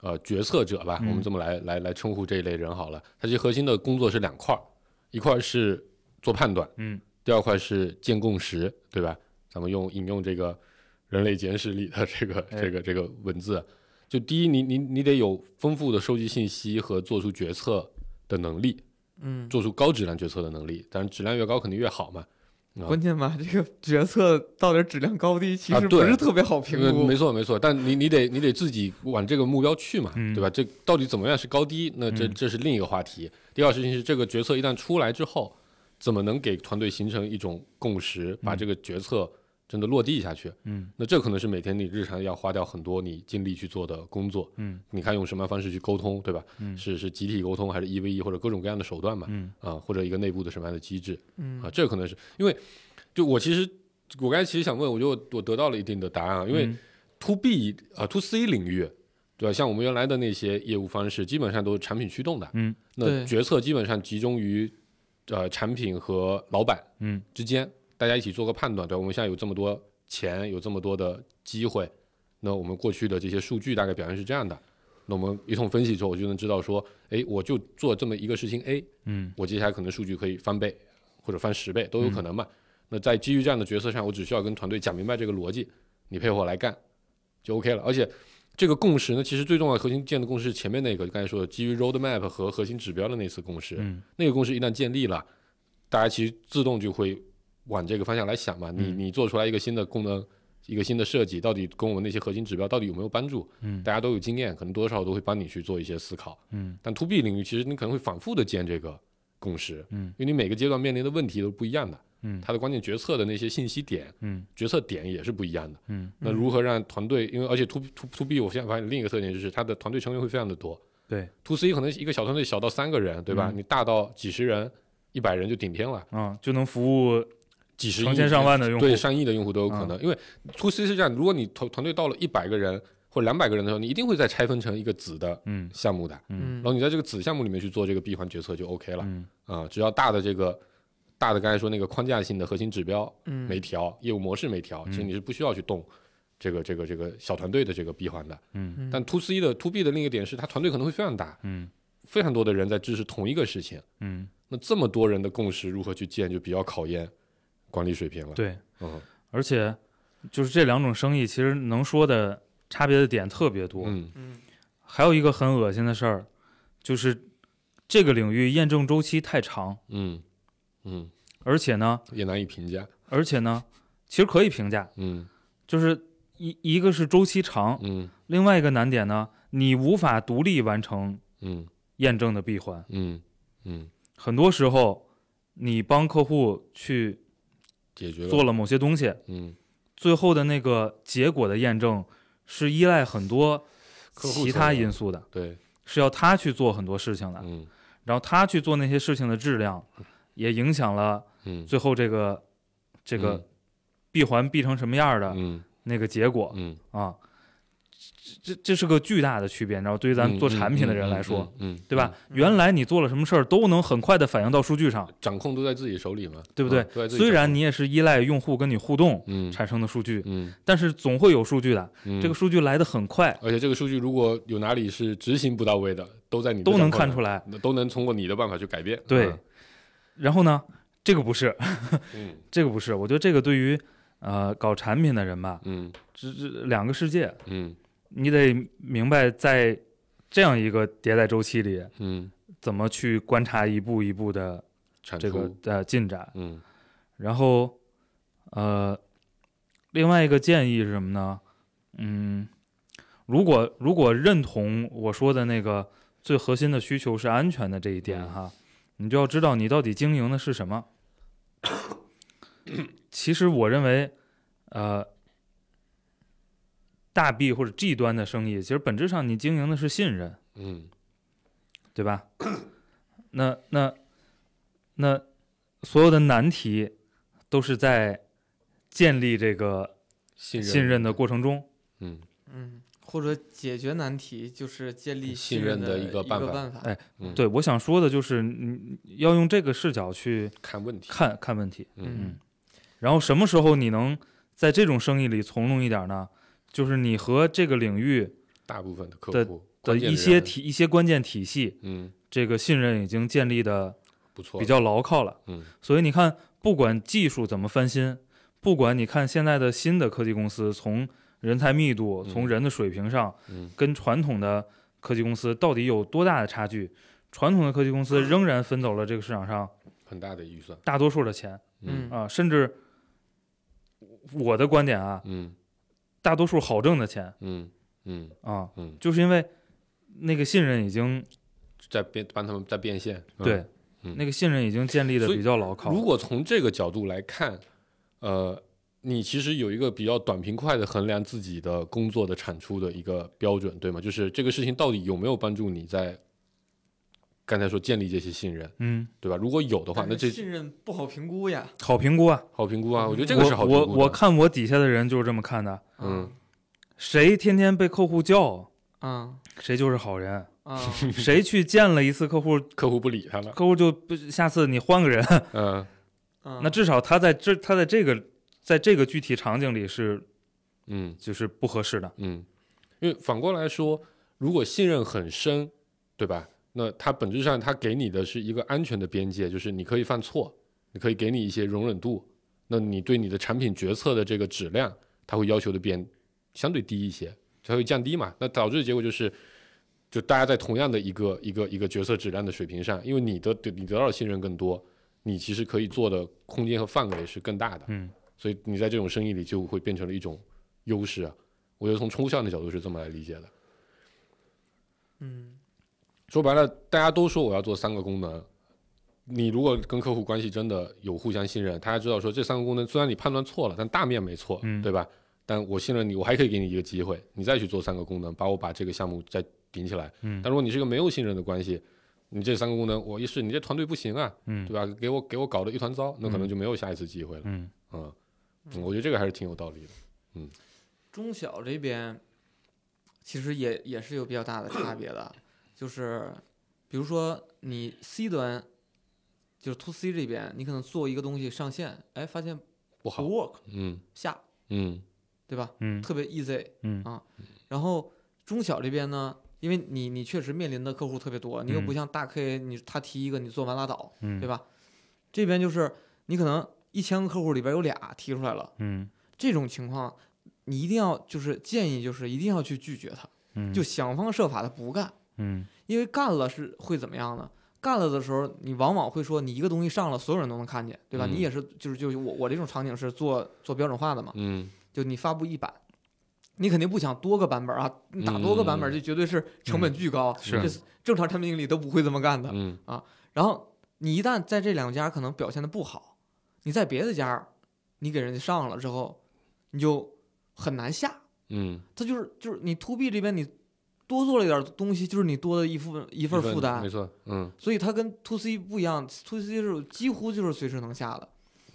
S4: 呃决策者吧，
S5: 嗯
S4: 我们这么来来来称呼这一类人好了，他其实核心的工作是两块儿，一块儿是做判断，
S5: 嗯
S4: 第二块是建共识，对吧？咱们用引用这个《人类简史》里的这个
S5: 哎
S4: 这个这个文字，就第一，你你你得有丰富的收集信息和做出决策的能力，
S3: 嗯，
S4: 做出高质量决策的能力。当然，质量越高肯定越好嘛。啊
S3: 嗯关键吧，这个决策到底质量高低其
S4: 啊
S3: 实不
S4: 对
S3: 是特别好评
S4: 呃
S3: 估。
S4: 没错没错，但你你得你得自己往这个目标去嘛，
S5: 嗯
S4: 对吧？这到底怎么样是高低？那这
S5: 嗯
S4: 这是另一个话题。第二事情是，这个决策一旦出来之后，怎么能给团队形成一种共识，把这个决策真的落地下去？
S5: 嗯
S4: 那这可能是每天你日常要花掉很多你精力去做的工作。
S5: 嗯
S4: 你看用什么方式去沟通，对吧？
S5: 嗯
S4: 是是集体沟通，还是一 v 一，或者各种各样的手段嘛？
S5: 嗯
S4: 啊，或者一个内部的什么样的机制？
S3: 嗯
S4: 啊，这可能是因为，就我其实我刚才其实想问，我觉得我我得到了一定的答案，啊，因为
S5: 嗯
S4: to B 啊 to C 领域，对吧？像我们原来的那些业务方式，基本上都是产品驱动的，
S5: 嗯
S4: 那
S3: 对
S4: 决策基本上集中于呃产品和老板
S5: 嗯
S4: 之间，大家一起做个判断，对吧？我们现在有这么多钱，有这么多的机会，那我们过去的这些数据大概表现是这样的。那我们一通分析之后，我就能知道说，哎，我就做这么一个事情 A，
S5: 嗯
S4: 我接下来可能数据可以翻倍或者翻十倍都有可能嘛。那在基于这样的决策上，我只需要跟团队讲明白这个逻辑，你配合我来干就 OK 了。而且这个共识呢，其实最重要的核心建的共识是前面那个，就刚才说的基于 roadmap 和核心指标的那次共识。
S5: 嗯
S4: 那个共识一旦建立了，大家其实自动就会往这个方向来想嘛。你
S5: 嗯
S4: 你做出来一个新的功能，一个新的设计到底跟我们那些核心指标到底有没有帮助，
S5: 嗯
S4: 大家都有经验，可能多少都会帮你去做一些思考。
S5: 嗯
S4: 但 to B 领域其实你可能会反复的建这个共识，
S5: 嗯
S4: 因为你每个阶段面临的问题都不一样的，
S5: 嗯
S4: 它的关键决策的那些信息点、
S5: 嗯
S4: 决策点也是不一样的。
S5: 嗯，
S4: 那如何让团队？因为而且 to to to B，我现在发现另一个特点就是它的团队成员会非常的多。
S5: 对
S4: ，to C 可能一个小团队小到三个人，对吧？
S5: 嗯
S4: 你大到几十人、一百人就顶天了，
S5: 啊，就能服务
S4: 几十亿
S5: 成千上万的用户。嗯
S4: 对上亿的用户都有可能。因为 to C 是这样，如果你团团队到了一百个人或两百个人的时候，你一定会再拆分成一个子的
S5: 嗯
S4: 项目的，
S3: 嗯
S4: 然后你在这个子项目里面去做这个闭环决策就 OK 了啊、
S5: 嗯
S4: 只要大的这个。大的刚才说那个框架性的核心指标
S3: 嗯
S4: 没调，业务模式没调，其实
S5: 嗯
S4: 你是不需要去动这个这个这个小团队的这个闭环的。
S5: 嗯
S4: 但 to C 的 to B 的另一个点是，它团队可能会非常大，
S5: 嗯
S4: 非常多的人在支持同一个事情，
S5: 嗯，
S4: 那这么多人的共识如何去建，就比较考验管理水平了。，
S5: 对，
S4: 嗯
S5: 而且就是这两种生意，其实能说的差别的点特别多。
S4: 嗯
S3: 嗯
S5: 还有一个很恶心的事儿，就是这个领域验证周期太长，
S4: 嗯嗯，
S5: 而且呢，
S4: 也难以评价。
S5: 而且呢，其实可以评价，
S4: 嗯
S5: 就是一一个是周期长，
S4: 嗯
S5: 另外一个难点呢，你无法独立完成
S4: 嗯
S5: 验证的闭环。
S4: 嗯嗯，
S5: 很多时候，你帮客户去
S4: 解决了。
S5: 做了某些东西，
S4: 嗯，
S5: 最后的那个结果的验证是依赖很多
S4: 客户
S5: 其
S4: 层
S5: 他
S4: 面
S5: 因素的，
S4: 对，
S5: 是要他去做很多事情的，
S4: 嗯
S5: 然后他去做那些事情的质量，也影响了
S4: 嗯
S5: 最后这个这
S4: 嗯
S5: 个闭环闭成什么样的
S4: 嗯
S5: 那个结果
S4: 嗯，
S5: 啊。这这这是个巨大的区别，然后对于咱们做产品的人来说，
S4: 嗯嗯，嗯，嗯
S5: 对吧？？
S3: 嗯
S5: 原来你做了什么事儿都能很快的反映到数据上
S4: 嗯，掌控都在自己手里嘛，
S5: 对不对
S4: 嗯都在自己
S5: 虽
S4: 掌
S5: 然
S4: 控
S5: 你也是依赖用户跟你互动
S4: 嗯
S5: 产生的数据，
S4: 嗯
S5: 但是总会有数据的。
S4: 嗯
S5: 这个，数据来的很快，
S4: 而且这个数据如果有哪里是执行不到位的，都在你
S5: 都能
S4: 看
S5: 看出来。
S4: 那都能通过你的办法去改变。啊
S5: 对，然后呢，这个不是，
S4: 嗯，
S5: 这个不是，我觉得这个对于呃搞产品的人吧，
S4: 嗯
S5: 这这两个世界，
S4: 嗯
S5: 你得明白在这样一个迭代周期里，
S4: 嗯嗯，
S5: 怎么去观察一步一步的
S4: 产
S5: 这个
S4: 出，
S5: 呃进展。
S4: 嗯
S5: 然后，呃，另外一个建议是什么呢？嗯，如果如果认同我说的那个最核心的需求是安全的这一点
S4: 嗯
S5: 哈，你就要知道你到底经营的是什么。其实我认为，呃，大 B 或者 G 端的生意，其实本质上你经营的是信任，
S4: 嗯
S5: 对吧？ 那那那所有的难题都是在建立这个
S4: 信任
S5: 信任的过程中，
S4: 嗯
S3: 嗯，或者解决难题就是建立
S4: 信
S3: 任
S4: 任的
S3: 一
S4: 一个办
S3: 办
S4: 法
S3: 法
S5: 哎
S4: 嗯
S5: 对我想说的就是，你要用这个视角去
S4: 看问题，
S5: 看看问题，
S4: 嗯
S5: 嗯然后什么时候你能在这种生意里从容一点呢？就是你和这个领域
S4: 大部分的客
S5: 的
S4: 户
S5: 的
S4: 关键
S5: 一些
S4: 人
S5: 体一些关键体系，
S4: 嗯
S5: 这个信任已经建立的
S4: 不错
S5: 比较牢靠了。
S4: 嗯
S5: 所以你看，不管技术怎么翻新，不管你看现在的新的科技公司，从人才密度、
S4: 嗯
S5: 从人的水平上，
S4: 嗯
S5: 跟传统的科技公司到底有多大的差距？传统的科技公司仍然分走了这个市场上
S4: 很大的预算
S5: 大多数的钱
S3: 嗯
S5: 啊，甚至我的观点啊，
S4: 嗯
S5: 大多数好挣的钱
S4: 嗯嗯
S5: 啊，
S4: 嗯，
S5: 就是因为那个信任已经
S4: 在变帮他们在变现嗯
S5: 对，
S4: 嗯
S5: 那个信任已经建立的
S4: 所以
S5: 比较牢靠。
S4: 如果从这个角度来看，呃，你其实有一个比较短平快的衡量自己的工作的产出的一个标准，对吗？就是这个事情到底有没有帮助你在刚才说建立这些信任，
S5: 嗯，
S4: 对吧？如果有的话，那
S3: 但是
S4: 这
S3: 信任不好评估呀。
S5: 好评估啊，
S4: 好评估啊，我觉得这个是好评
S5: 我
S4: 估
S5: 我
S4: 的。
S5: 我看我底下的人就是这么看的，
S4: 嗯
S5: 谁天天被客户叫，
S3: 啊
S5: 谁就是好人。
S3: 啊，
S5: 谁去见了一次客户，
S4: 客户不理他了，
S5: 客户就不下次你换个人，
S4: 嗯
S3: 嗯
S5: 那至少他在这他在这个在这个具体场景里是
S4: 嗯
S5: 就是不合适的。
S4: 嗯，因为反过来说，如果信任很深，对吧？那它本质上它给你的是一个安全的边界，就是你可以犯错，你可以给你一些容忍度。那你对你的产品决策的这个质量，它会要求的变相对低一些，它会降低嘛？那导致的结果就是，就大家在同样的一个一个一个决策质量的水平上，因为你的你得到的信任更多，你其实可以做的空间和范围是更大的。
S5: 嗯，
S4: 所以你在这种生意里就会变成了一种优势啊。我觉得从冲突效应的角度是这么来理解的。
S3: 嗯
S4: 说白了，大家都说我要做三个功能，你如果跟客户关系真的有互相信任，大家知道说这三个功能虽然你判断错了，但大面没错，
S5: 嗯
S4: 对吧？但我信任你，我还可以给你一个机会，你再去做三个功能，把我把这个项目再顶起来。
S5: 嗯
S4: 但如果你是个没有信任的关系，你这三个功能我一试，你这团队不行啊，
S5: 嗯
S4: 对吧？给我给我搞得一团糟，那可能
S5: 嗯
S4: 就没有下一次机会了。
S5: 嗯
S4: 嗯，嗯我觉得这个还是挺有道理的。
S3: 中小这边其实也也是有比较大的差别的，就是比如说你 C 端就是 to C 这边，你可能做一个东西上线，哎，发现
S4: 不
S3: 不
S4: 好，
S3: work
S4: 嗯
S3: 下，
S4: 嗯
S3: 对吧？
S5: 嗯
S3: 特别 easy，
S5: 嗯
S3: 啊，然后中小这边呢，因为你你确实面临的客户特别多，你又不
S5: 嗯
S3: 像大 K，你他提一个你做完拉倒，
S5: 嗯
S3: 对吧？这边就是你可能一千个客户里边有俩提出来了，
S5: 嗯
S3: 这种情况你一定要就是建议就是一定要去拒绝他，
S5: 嗯，
S3: 就想方设法的不干，
S5: 嗯
S3: 因为干了是会怎么样呢？干了的时候，你往往会说你一个东西上了，所有人都能看见，对吧？
S4: 嗯
S3: 你也是，就是就是我我这种场景是做做标准化的嘛，
S4: 嗯，
S3: 就你发布一版，你肯定不想多个版本啊，你打多个版本
S4: 嗯
S3: 这绝对是成本巨高，
S5: 是
S3: 这正常产品经理都不会这么干的。
S4: 嗯
S3: 然后你一旦在这两家可能表现的不好，你在别的家你给人家上了之后，你就很难下。
S4: 嗯，
S3: 它就是就是你 to B 这边你多做了一点东西，就是你多的一份一份负
S4: 没
S3: 担，
S4: 错，嗯
S3: 所以它跟 to C 不一样，to C 是几乎就是随时能下的。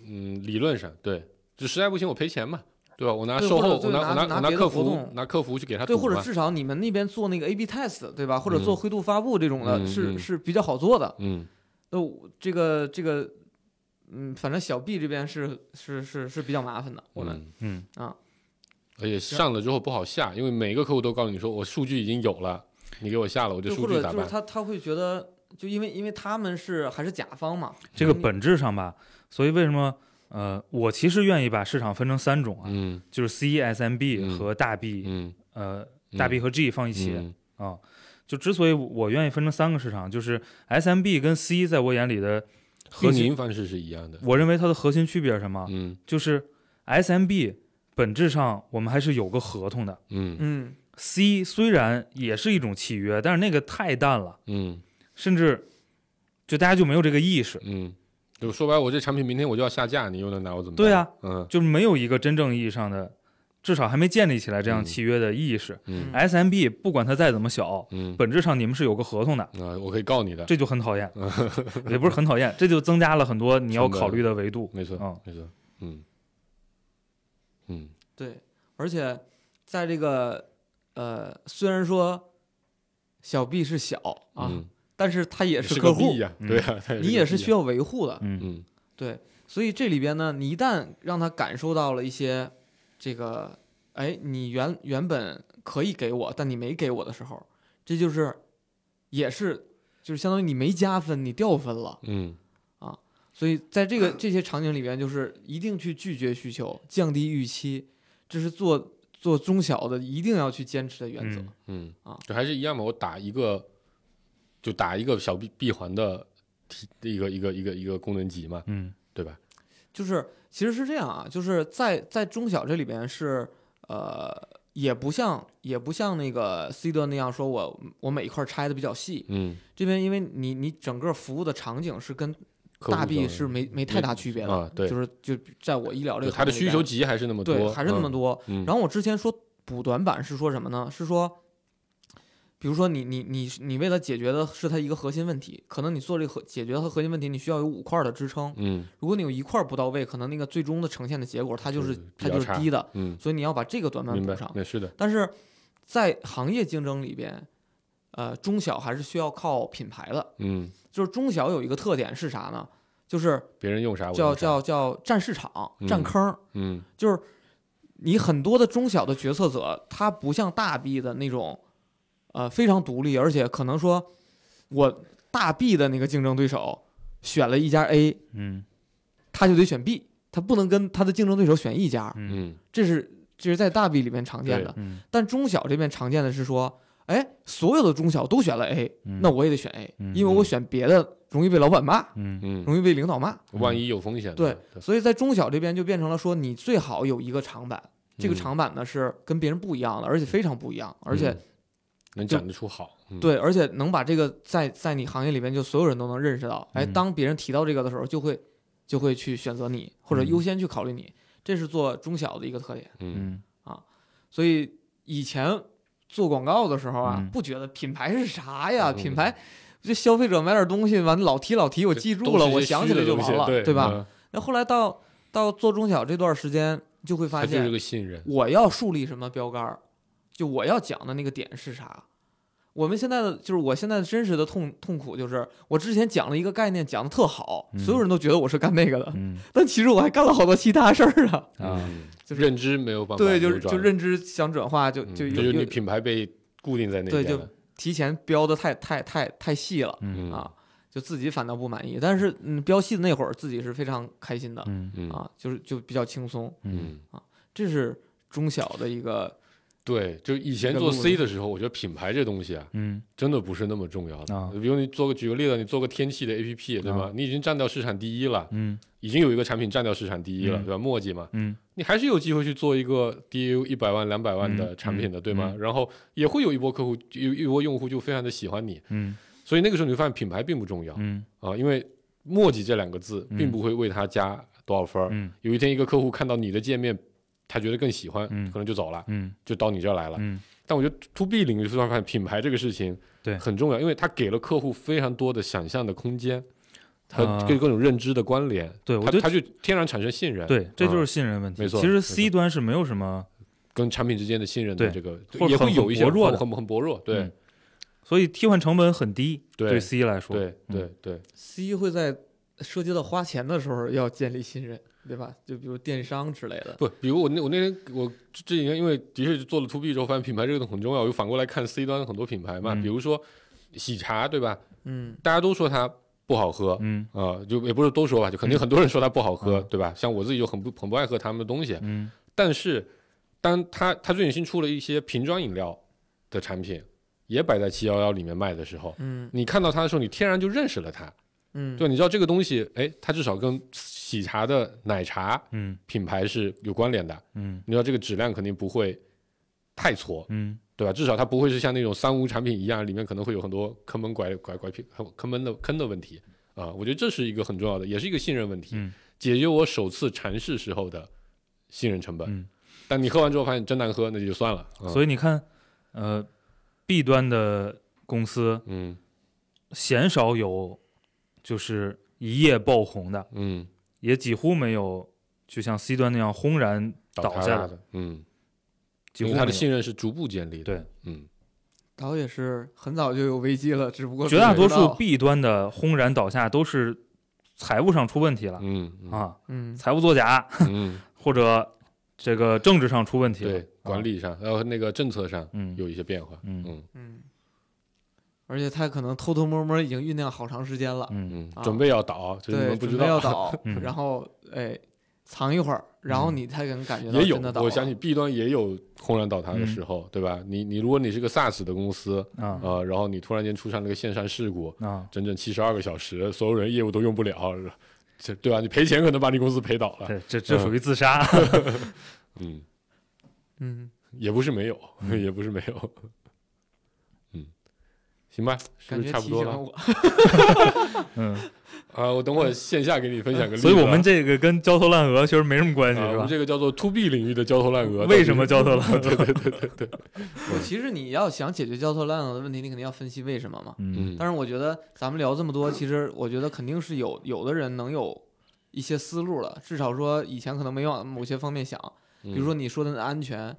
S4: 嗯，理论上对，就实在不行我赔钱嘛，对吧？我拿
S3: 对
S4: 售
S3: 或者
S4: 后，
S3: 就
S4: 我拿
S3: 拿
S4: 我
S3: 拿
S4: 我拿
S3: 别的
S4: 客
S3: 活
S4: 服
S3: 动
S4: 拿客服去给他
S3: 对，
S4: 堵
S3: 或者
S4: 嘛
S3: 至少你们那边做那个 A/B test，对吧？或者做
S4: 嗯
S3: 灰度发布这种的，
S4: 嗯
S3: 是
S4: 嗯
S3: 是比较好做的。
S4: 嗯
S3: 那我这个这个，嗯，反正小 B 这边是是是是比较麻烦的。我们
S4: 嗯，
S5: 嗯
S4: 而且上了之后不好下，因为每一个客户都告诉你说我数据已经有了，你给我下了，我这
S3: 就
S4: 数
S3: 或
S4: 据
S3: 者
S4: 咋
S3: 就是
S4: 办？
S3: 他他会觉得，就因为因为他们是还是甲方嘛，
S5: 这个
S3: 你
S5: 本质上吧，所以为什么呃，我其实愿意把市场分成三种啊，
S4: 嗯
S5: 就是 C、SMB
S4: 嗯
S5: 和大 B，、
S4: 嗯，
S5: 呃，
S4: 嗯
S5: 大 B 和 G 放一起啊、
S4: 嗯
S5: 就之所以我愿意分成三个市场，就是 SMB 跟 C 在我眼里的，
S4: 和
S5: 并且
S4: 您方式是一样的，
S5: 我认为它的核心区别是什么？
S4: 嗯
S5: 就是 SMB 本质上我们还是有个合同的
S4: 嗯
S3: 嗯，
S5: ，C 虽然也是一种契约，但是那个太淡了，
S4: 嗯
S5: 甚至就大家就没有这个意识，
S4: 嗯，就说白，了，我这产品明天我就要下架，你又能拿我怎么办？
S5: 对啊，
S4: 嗯
S5: 就是没有一个真正意义上的，至少还没建立起来这样
S4: 嗯
S5: 契约的意识。
S4: 嗯
S5: SMB 不管它再怎么小，
S4: 嗯
S5: 本质上你们是有个合同的，
S4: 啊，我可以告你的，
S5: 这就很讨厌，也不是很讨厌，这就增加了很多你要
S4: 成本
S5: 考虑的维度。
S4: 没错
S5: 嗯
S4: 没错，嗯嗯
S3: 对，而且在这个呃，虽然说小 B 是小啊，
S4: 嗯
S3: 但是他也
S4: 也
S3: 是
S4: 个
S3: 客户，
S4: B 呀，
S5: 嗯
S4: 对呀，他
S3: 你
S4: 个
S3: 也是
S4: B 呀
S3: 需要维护的。
S5: 嗯
S4: 嗯
S3: 对，所以这里边呢，你一旦让他感受到了一些这个，哎，你原原本可以给我，但你没给我的时候，这就是也是就是相当于你没加分，你掉分了。
S4: 嗯
S3: 所以在这个这些场景里边，就是一定去拒绝需求，降低预期，这是做做中小的一定要去坚持的原则。
S5: 嗯
S4: 嗯
S3: 啊，
S4: 就还是一样嘛，我打一个，就打一个小闭闭环的提一个一个一个一个功能集嘛，
S5: 嗯
S4: 对吧？
S3: 就是其实是这样啊，就是在在中小这里边是呃，也不像也不像那个 C 端那样说我我每一块拆的比较细，
S4: 嗯，
S3: 这边因为你你整个服务的场景是跟
S4: 客户
S3: 大 B
S4: 端
S3: 是没没太大区别的，
S4: 啊，对，
S3: 就是就在我医疗这
S4: 对
S3: 个
S4: 它的
S3: 行业里
S4: 需求
S3: 边
S4: 级还是那么多，
S3: 对还是那么多。
S4: 嗯，嗯
S3: 然后我之前说补短板是说什么呢？是说。比如说你你你你为了解决的是它一个核心问题，可能你做这个核解决它核心问题，你需要有五块儿的支撑，
S4: 嗯
S3: 如果你有一块儿不到位，可能那个最终的呈现的结果它就是
S4: 就是比
S3: 它
S4: 较
S3: 就是
S4: 差
S3: 低的，
S4: 嗯，
S3: 所以你要把这个短板
S4: 明
S3: 补
S4: 白
S3: 上，。
S4: 那是的，
S3: 但是在行业竞争里边，呃，中小还是需要靠品牌的。
S4: 嗯，
S3: 就是中小有一个特点是啥呢？就是
S4: 别人用啥我
S3: 叫
S4: 用啥，
S3: 叫叫占市场、
S4: 嗯
S3: 占坑儿，
S4: 嗯
S3: 就是你很多的中小的决策者，他不像大 B 的那种，呃，非常独立，而且可能说我大 B 的那个竞争对手选了一家 A，
S5: 嗯
S3: 他就得选 B，他不能跟他的竞争对手选一家，
S5: 嗯
S4: 嗯
S3: 这是这是在大 B 里面常见的。
S5: 嗯
S3: 但中小这边常见的是说，哎，所有的中小都选了 A，
S5: 嗯，
S3: 那我也得选 A，
S5: 嗯
S3: 因为我选别的容易被老板骂，
S5: 嗯
S4: 嗯，
S3: 容易被领导骂。
S4: 万一有风险呢，
S3: 对
S4: 对
S3: 所以在中小这边就变成了说，你最好有一个长板，这
S5: 嗯
S3: 个长板呢是跟别人不一样的，而且非常不一样，而且
S4: 嗯能
S3: 就
S4: 讲得出好，嗯，
S3: 对，而且能把这个在在你行业里边，就所有人都能认识到。哎，
S4: 嗯
S3: 当别人提到这个的时候，就会就会去选择你，或者
S4: 嗯
S3: 优先去考虑你，这是做中小的一个特点。
S4: 嗯
S5: 嗯
S3: 所以以前做广告的时候啊，
S5: 嗯
S3: 不觉得品牌是啥呀？
S4: 嗯
S3: 品牌就消费者买点东西，完老提老提，我
S4: 我
S3: 记住了，我想起来就完了，
S4: 对
S3: 吧？？
S4: 嗯
S3: 那后来到到做中小这段时间，就会
S4: 它
S3: 发
S4: 就是
S3: 现
S4: 个信任，
S3: 我要树立什么标杆儿，就我要讲的那个点是啥。我们现在的就是我现在真实的痛痛苦就是，我之前讲了一个概念，讲的特好，
S5: 嗯
S3: 所有人都觉得我是干那个的，
S5: 嗯
S3: 但其实我还干了好多其他事儿啊。
S5: 啊，
S4: 嗯
S3: 就是
S4: 认知没有办法
S3: 对，就
S4: 扭转
S3: 就认知想转化，就
S4: 嗯
S3: 就有
S4: 这就你
S3: 有
S4: 品牌被固定在那
S3: 对
S4: 边
S3: 就
S4: 了
S3: 提前标的太太太太细了
S5: 嗯
S4: 嗯
S3: 啊，就自己反倒不满意。但是嗯，标细的那会儿自己是非常开心的
S5: 嗯
S4: 嗯
S3: 啊，就是就比较轻松，
S5: 嗯
S4: 嗯，
S3: 这是中小的一个
S4: 对，就以前
S3: 这个
S4: 做
S3: 路
S4: C 的时候，我觉得品牌这东西啊，
S5: 嗯
S4: 真的不是那么重要的
S5: 啊。
S4: 比如你做个举个例子，你做个天气的 APP，对吧
S5: 啊？
S4: 你已经占掉市场第一了，
S5: 嗯
S4: 已经有一个产品占掉市场第一了，
S5: 嗯
S4: 对吧？墨迹嘛，
S5: 嗯
S4: 你还是有机会去做一个 DAU 一百万、两百万的
S5: 嗯
S4: 产品的，
S5: 嗯
S4: 对吗？
S5: 嗯
S4: 然后也会有一波客户，有一波用户就非常的喜欢你，
S5: 嗯
S4: 所以那个时候你就发现品牌并不重要
S5: 嗯
S4: 啊，因为墨迹这两个字
S5: 嗯
S4: 并不会为他加多少分儿。
S5: 嗯
S4: 有一天一个客户看到你的界面，他觉得更喜欢，
S5: 嗯
S4: 可能就走了，
S5: 嗯
S4: 就到你这儿来了。
S5: 嗯
S4: 但我觉得 to B 领域突然发现品牌这个事情
S5: 对
S4: 很重要，因为它给了客户非常多的想象的空间和
S5: 啊
S4: 跟各种认知的关联，
S5: 对我
S4: 它
S5: 觉得
S4: 它就天然产生信任，
S5: 对，这就是
S4: 嗯
S5: 信任问题。
S4: 没错
S5: 其
S4: 没
S5: 实
S4: 错
S5: C 端是没有什么，
S4: 跟产品之间的信任的
S5: 对
S4: 这个
S5: 或者
S4: 也会
S5: 很
S4: 有一些
S5: 很薄弱的
S4: 很很薄弱，对
S5: 嗯所以替换成本很低，
S4: 对
S5: 对 C 来说，
S4: 对
S5: 嗯
S4: 对对
S3: C E 会在涉及到花钱的时候要建立信任，对吧？就比如电商之类的，
S4: 不，比如我那我那天我这这几天因为的确是做了 to B 之后，发现品牌这个东西很重要，我又反过来看 C 端很多品牌嘛，
S5: 嗯
S4: 比如说喜茶对吧？
S3: 嗯，
S4: 大家都说它不好喝，
S5: 嗯
S4: 啊，就也不是都说吧，就肯定很多人说它不好喝，
S5: 嗯
S4: 对吧？像我自己就很不很不爱喝他们的东西，
S5: 嗯
S4: 但是当它它最近新出了一些瓶装饮料的产品，也摆在七幺幺里面卖的时候，
S3: 嗯
S4: 你看到它的时候，你天然就认识了它，
S3: 嗯，
S4: 对，你知道这个东西，哎，它至少跟喜茶的奶茶
S5: 嗯
S4: 品牌是有关联的，
S5: 嗯
S4: 你知道这个质量肯定不会太挫，
S5: 嗯
S4: 对吧？至少它不会是像那种三无产品一样，里面可能会有很多坑蒙拐拐拐骗坑蒙的坑的问题啊、我觉得这是一个很重要的，也是一个信任问题，
S5: 嗯
S4: 解决我首次尝试时候的信任成本。
S5: 嗯
S4: 但你喝完之后发现真难喝，那就算了。啊
S5: 所
S4: 以，
S5: 以你看，呃，B 端的公司
S4: 嗯
S5: 鲜少有就是一夜爆红的，
S4: 嗯，
S5: 也几乎没有就像 C 端那样轰然倒
S4: 塌
S5: 下
S4: 了
S5: 来，
S4: 的，嗯，
S5: 几
S4: 因
S5: 乎没
S4: 为他
S5: 有
S4: 的信任是逐步建立的。
S5: 对，
S4: 嗯，
S3: 导也是很早就有危机了，只不过
S5: 绝大
S3: 没人
S5: 多
S3: 知
S5: 数
S3: 道
S5: B 端的轰然倒下都是财务上出问题了
S4: 嗯嗯
S5: 啊，
S3: 嗯
S5: 财务作假
S4: 嗯，
S5: 或者这个政治上出问题了
S4: 对，，管理上还有那个政策上
S5: 啊嗯
S4: 有一些变化。
S5: 嗯
S4: 嗯
S3: 嗯，而且他可能偷偷摸摸已经酝酿好长时间了，
S5: 嗯
S4: 嗯
S3: 啊，
S4: 准备要倒，只是你
S3: 对，
S4: 们不知
S3: 准备要
S4: 道。
S3: 倒，
S5: 嗯
S3: 然后哎藏一会儿，然后
S5: 嗯
S3: 你才能感觉到
S4: 也有
S3: 真的，倒
S4: 我相
S3: 了
S4: 信 B 端也有轰然倒塌的时候，对吧？你你如果你是个 SaaS 的公司，
S5: 啊
S4: 呃，然后你突然间出现了个线上事故，
S5: 啊，
S4: 整整七十二个小时，所有人业务都用不了，这对吧？你赔钱可能把你公司赔倒了，
S5: 这这这属于自杀，
S4: 嗯，
S3: 嗯，
S4: 也不是没有， 也不是没有，嗯，行吧，是
S3: 感
S4: 不
S3: 觉
S4: 是差不
S3: 提
S4: 多
S3: 醒
S4: 了
S3: 了
S4: 啊
S3: 我，
S5: 嗯，、
S4: 我等会儿线下给你分享个例子
S5: 所
S4: 啊，
S5: 以我们这个跟焦头烂额确实没什么关系，
S4: 啊，
S5: 是
S4: 我们
S5: 吧？
S4: 这个叫做 to B 领域的焦头烂额，
S5: 为什么焦头 烂额？
S3: 不其实你要想解决焦头烂额的问题，你肯定要分析为什么嘛。
S5: 嗯
S4: 嗯，
S3: 但是我觉得咱们聊这么多，其实我觉得肯定是有有的人能有一些思路了，至少说以前可能没往某些方面想，
S4: 比
S3: 比如说你说的安全，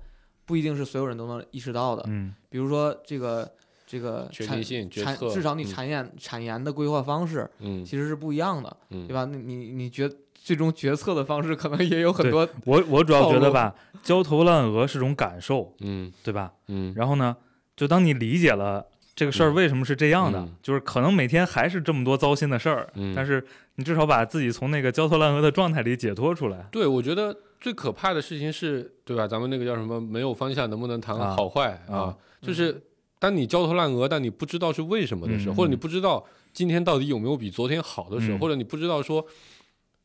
S3: 不一定是所有人都能意识到的。
S5: 嗯
S3: 比如说这个这个
S4: 确
S3: 产
S4: 定性决
S3: 产
S4: 策
S3: 至少你
S4: 嗯
S3: 产研产研的规划方式
S4: 嗯
S3: 其实是不一样的，
S4: 嗯
S3: 对吧？那你你决最终决策的方式可能也有很
S5: 对
S3: 多，
S5: 我我主要觉
S3: 套
S5: 得
S3: 路
S5: 吧，焦头烂额是种感受，
S4: 嗯
S5: 对吧？
S4: 嗯，
S5: 然后呢，就当你理解了这个事儿
S4: 嗯
S5: 为什么是这样的，
S4: 嗯
S5: 就是可能每天还是这么多糟心的事儿，
S4: 嗯
S5: 但是你至少把自己从那个焦头烂额的状态里解脱出来。
S4: 对，我觉得最可怕的事情是，对吧？咱们那个叫什么？没有方向，能不能谈
S5: 啊
S4: 好坏啊？
S5: 啊
S4: 就是当你焦头烂额，但你不知道是为什么的时候，
S5: 嗯
S4: 或者你不知道今天到底有没有比昨天好的时候，
S5: 嗯
S4: 或者你不知道说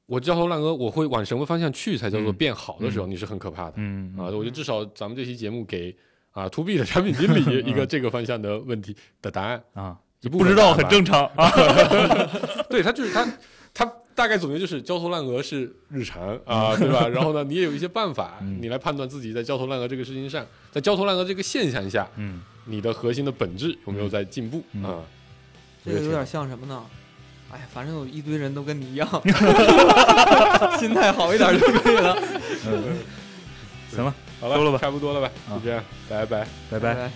S4: 我焦头烂额，我会往什么方向去才叫做变好的时候，你是很可怕的。
S5: 嗯
S4: 啊，我觉得至少咱们这期节目给啊 to B 的产品经理 一个这个方向的问题的答案，
S5: 啊，
S4: 一部
S5: 不
S4: 分
S5: 知道
S4: 答案
S5: 很
S4: 吧
S5: 正 常啊。
S4: 对他就是他，他大概总结就是焦头烂额是日常
S5: 嗯
S4: 啊，对吧？ 然后呢，你也有一些办法，你来判断自己在焦头烂额这个事情上，在焦头烂额这个现象下，
S5: 嗯，
S4: 你的核心的本质有没有在进步
S5: 嗯
S4: 啊？
S3: 这个有点像什么呢？哎呀，反正有一堆人都跟你一样， 心态好一点就可以了。
S5: 行了，
S4: 好了，
S5: 收了吧啊
S4: 差不多了吧，就这样，拜拜。
S3: 拜
S5: 拜拜。
S3: 拜。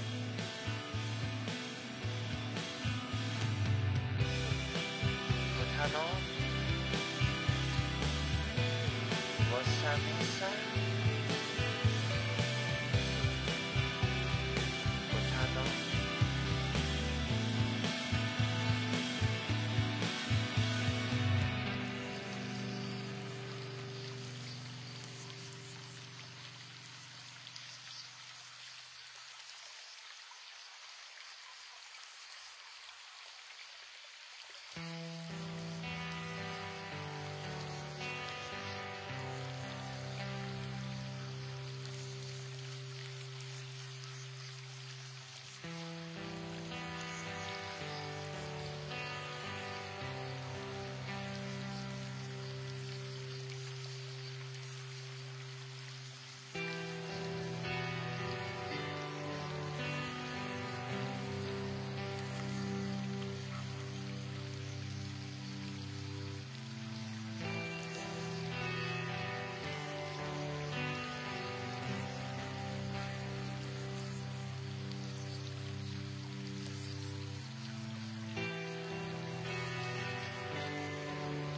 S2: What hello? What's happening, sir? What hello?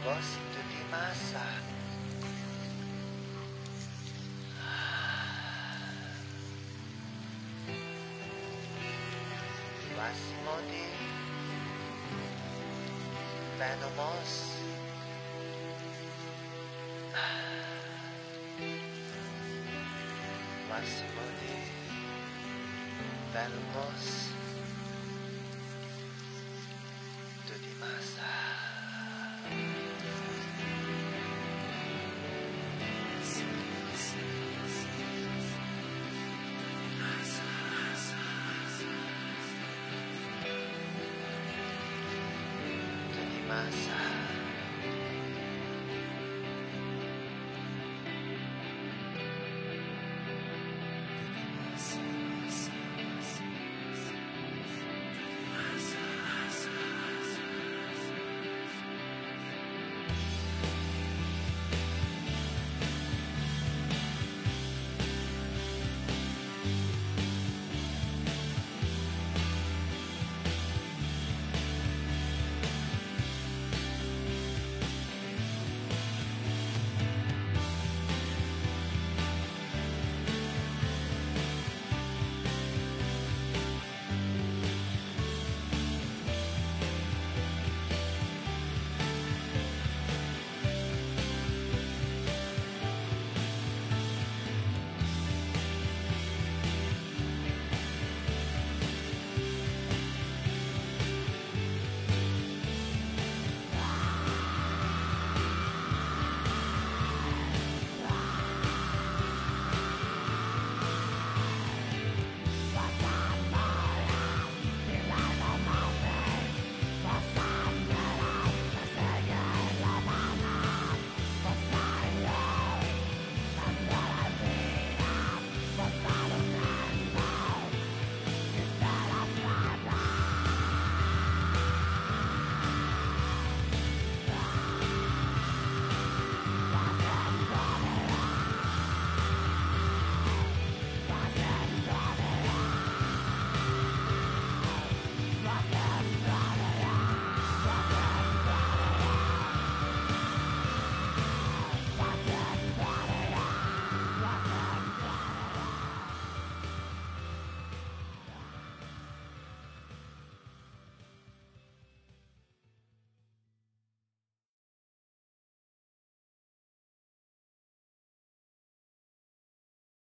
S2: What's to be massa? What's modi? Venomous? What's modi? Venomous? To be massa. Massa.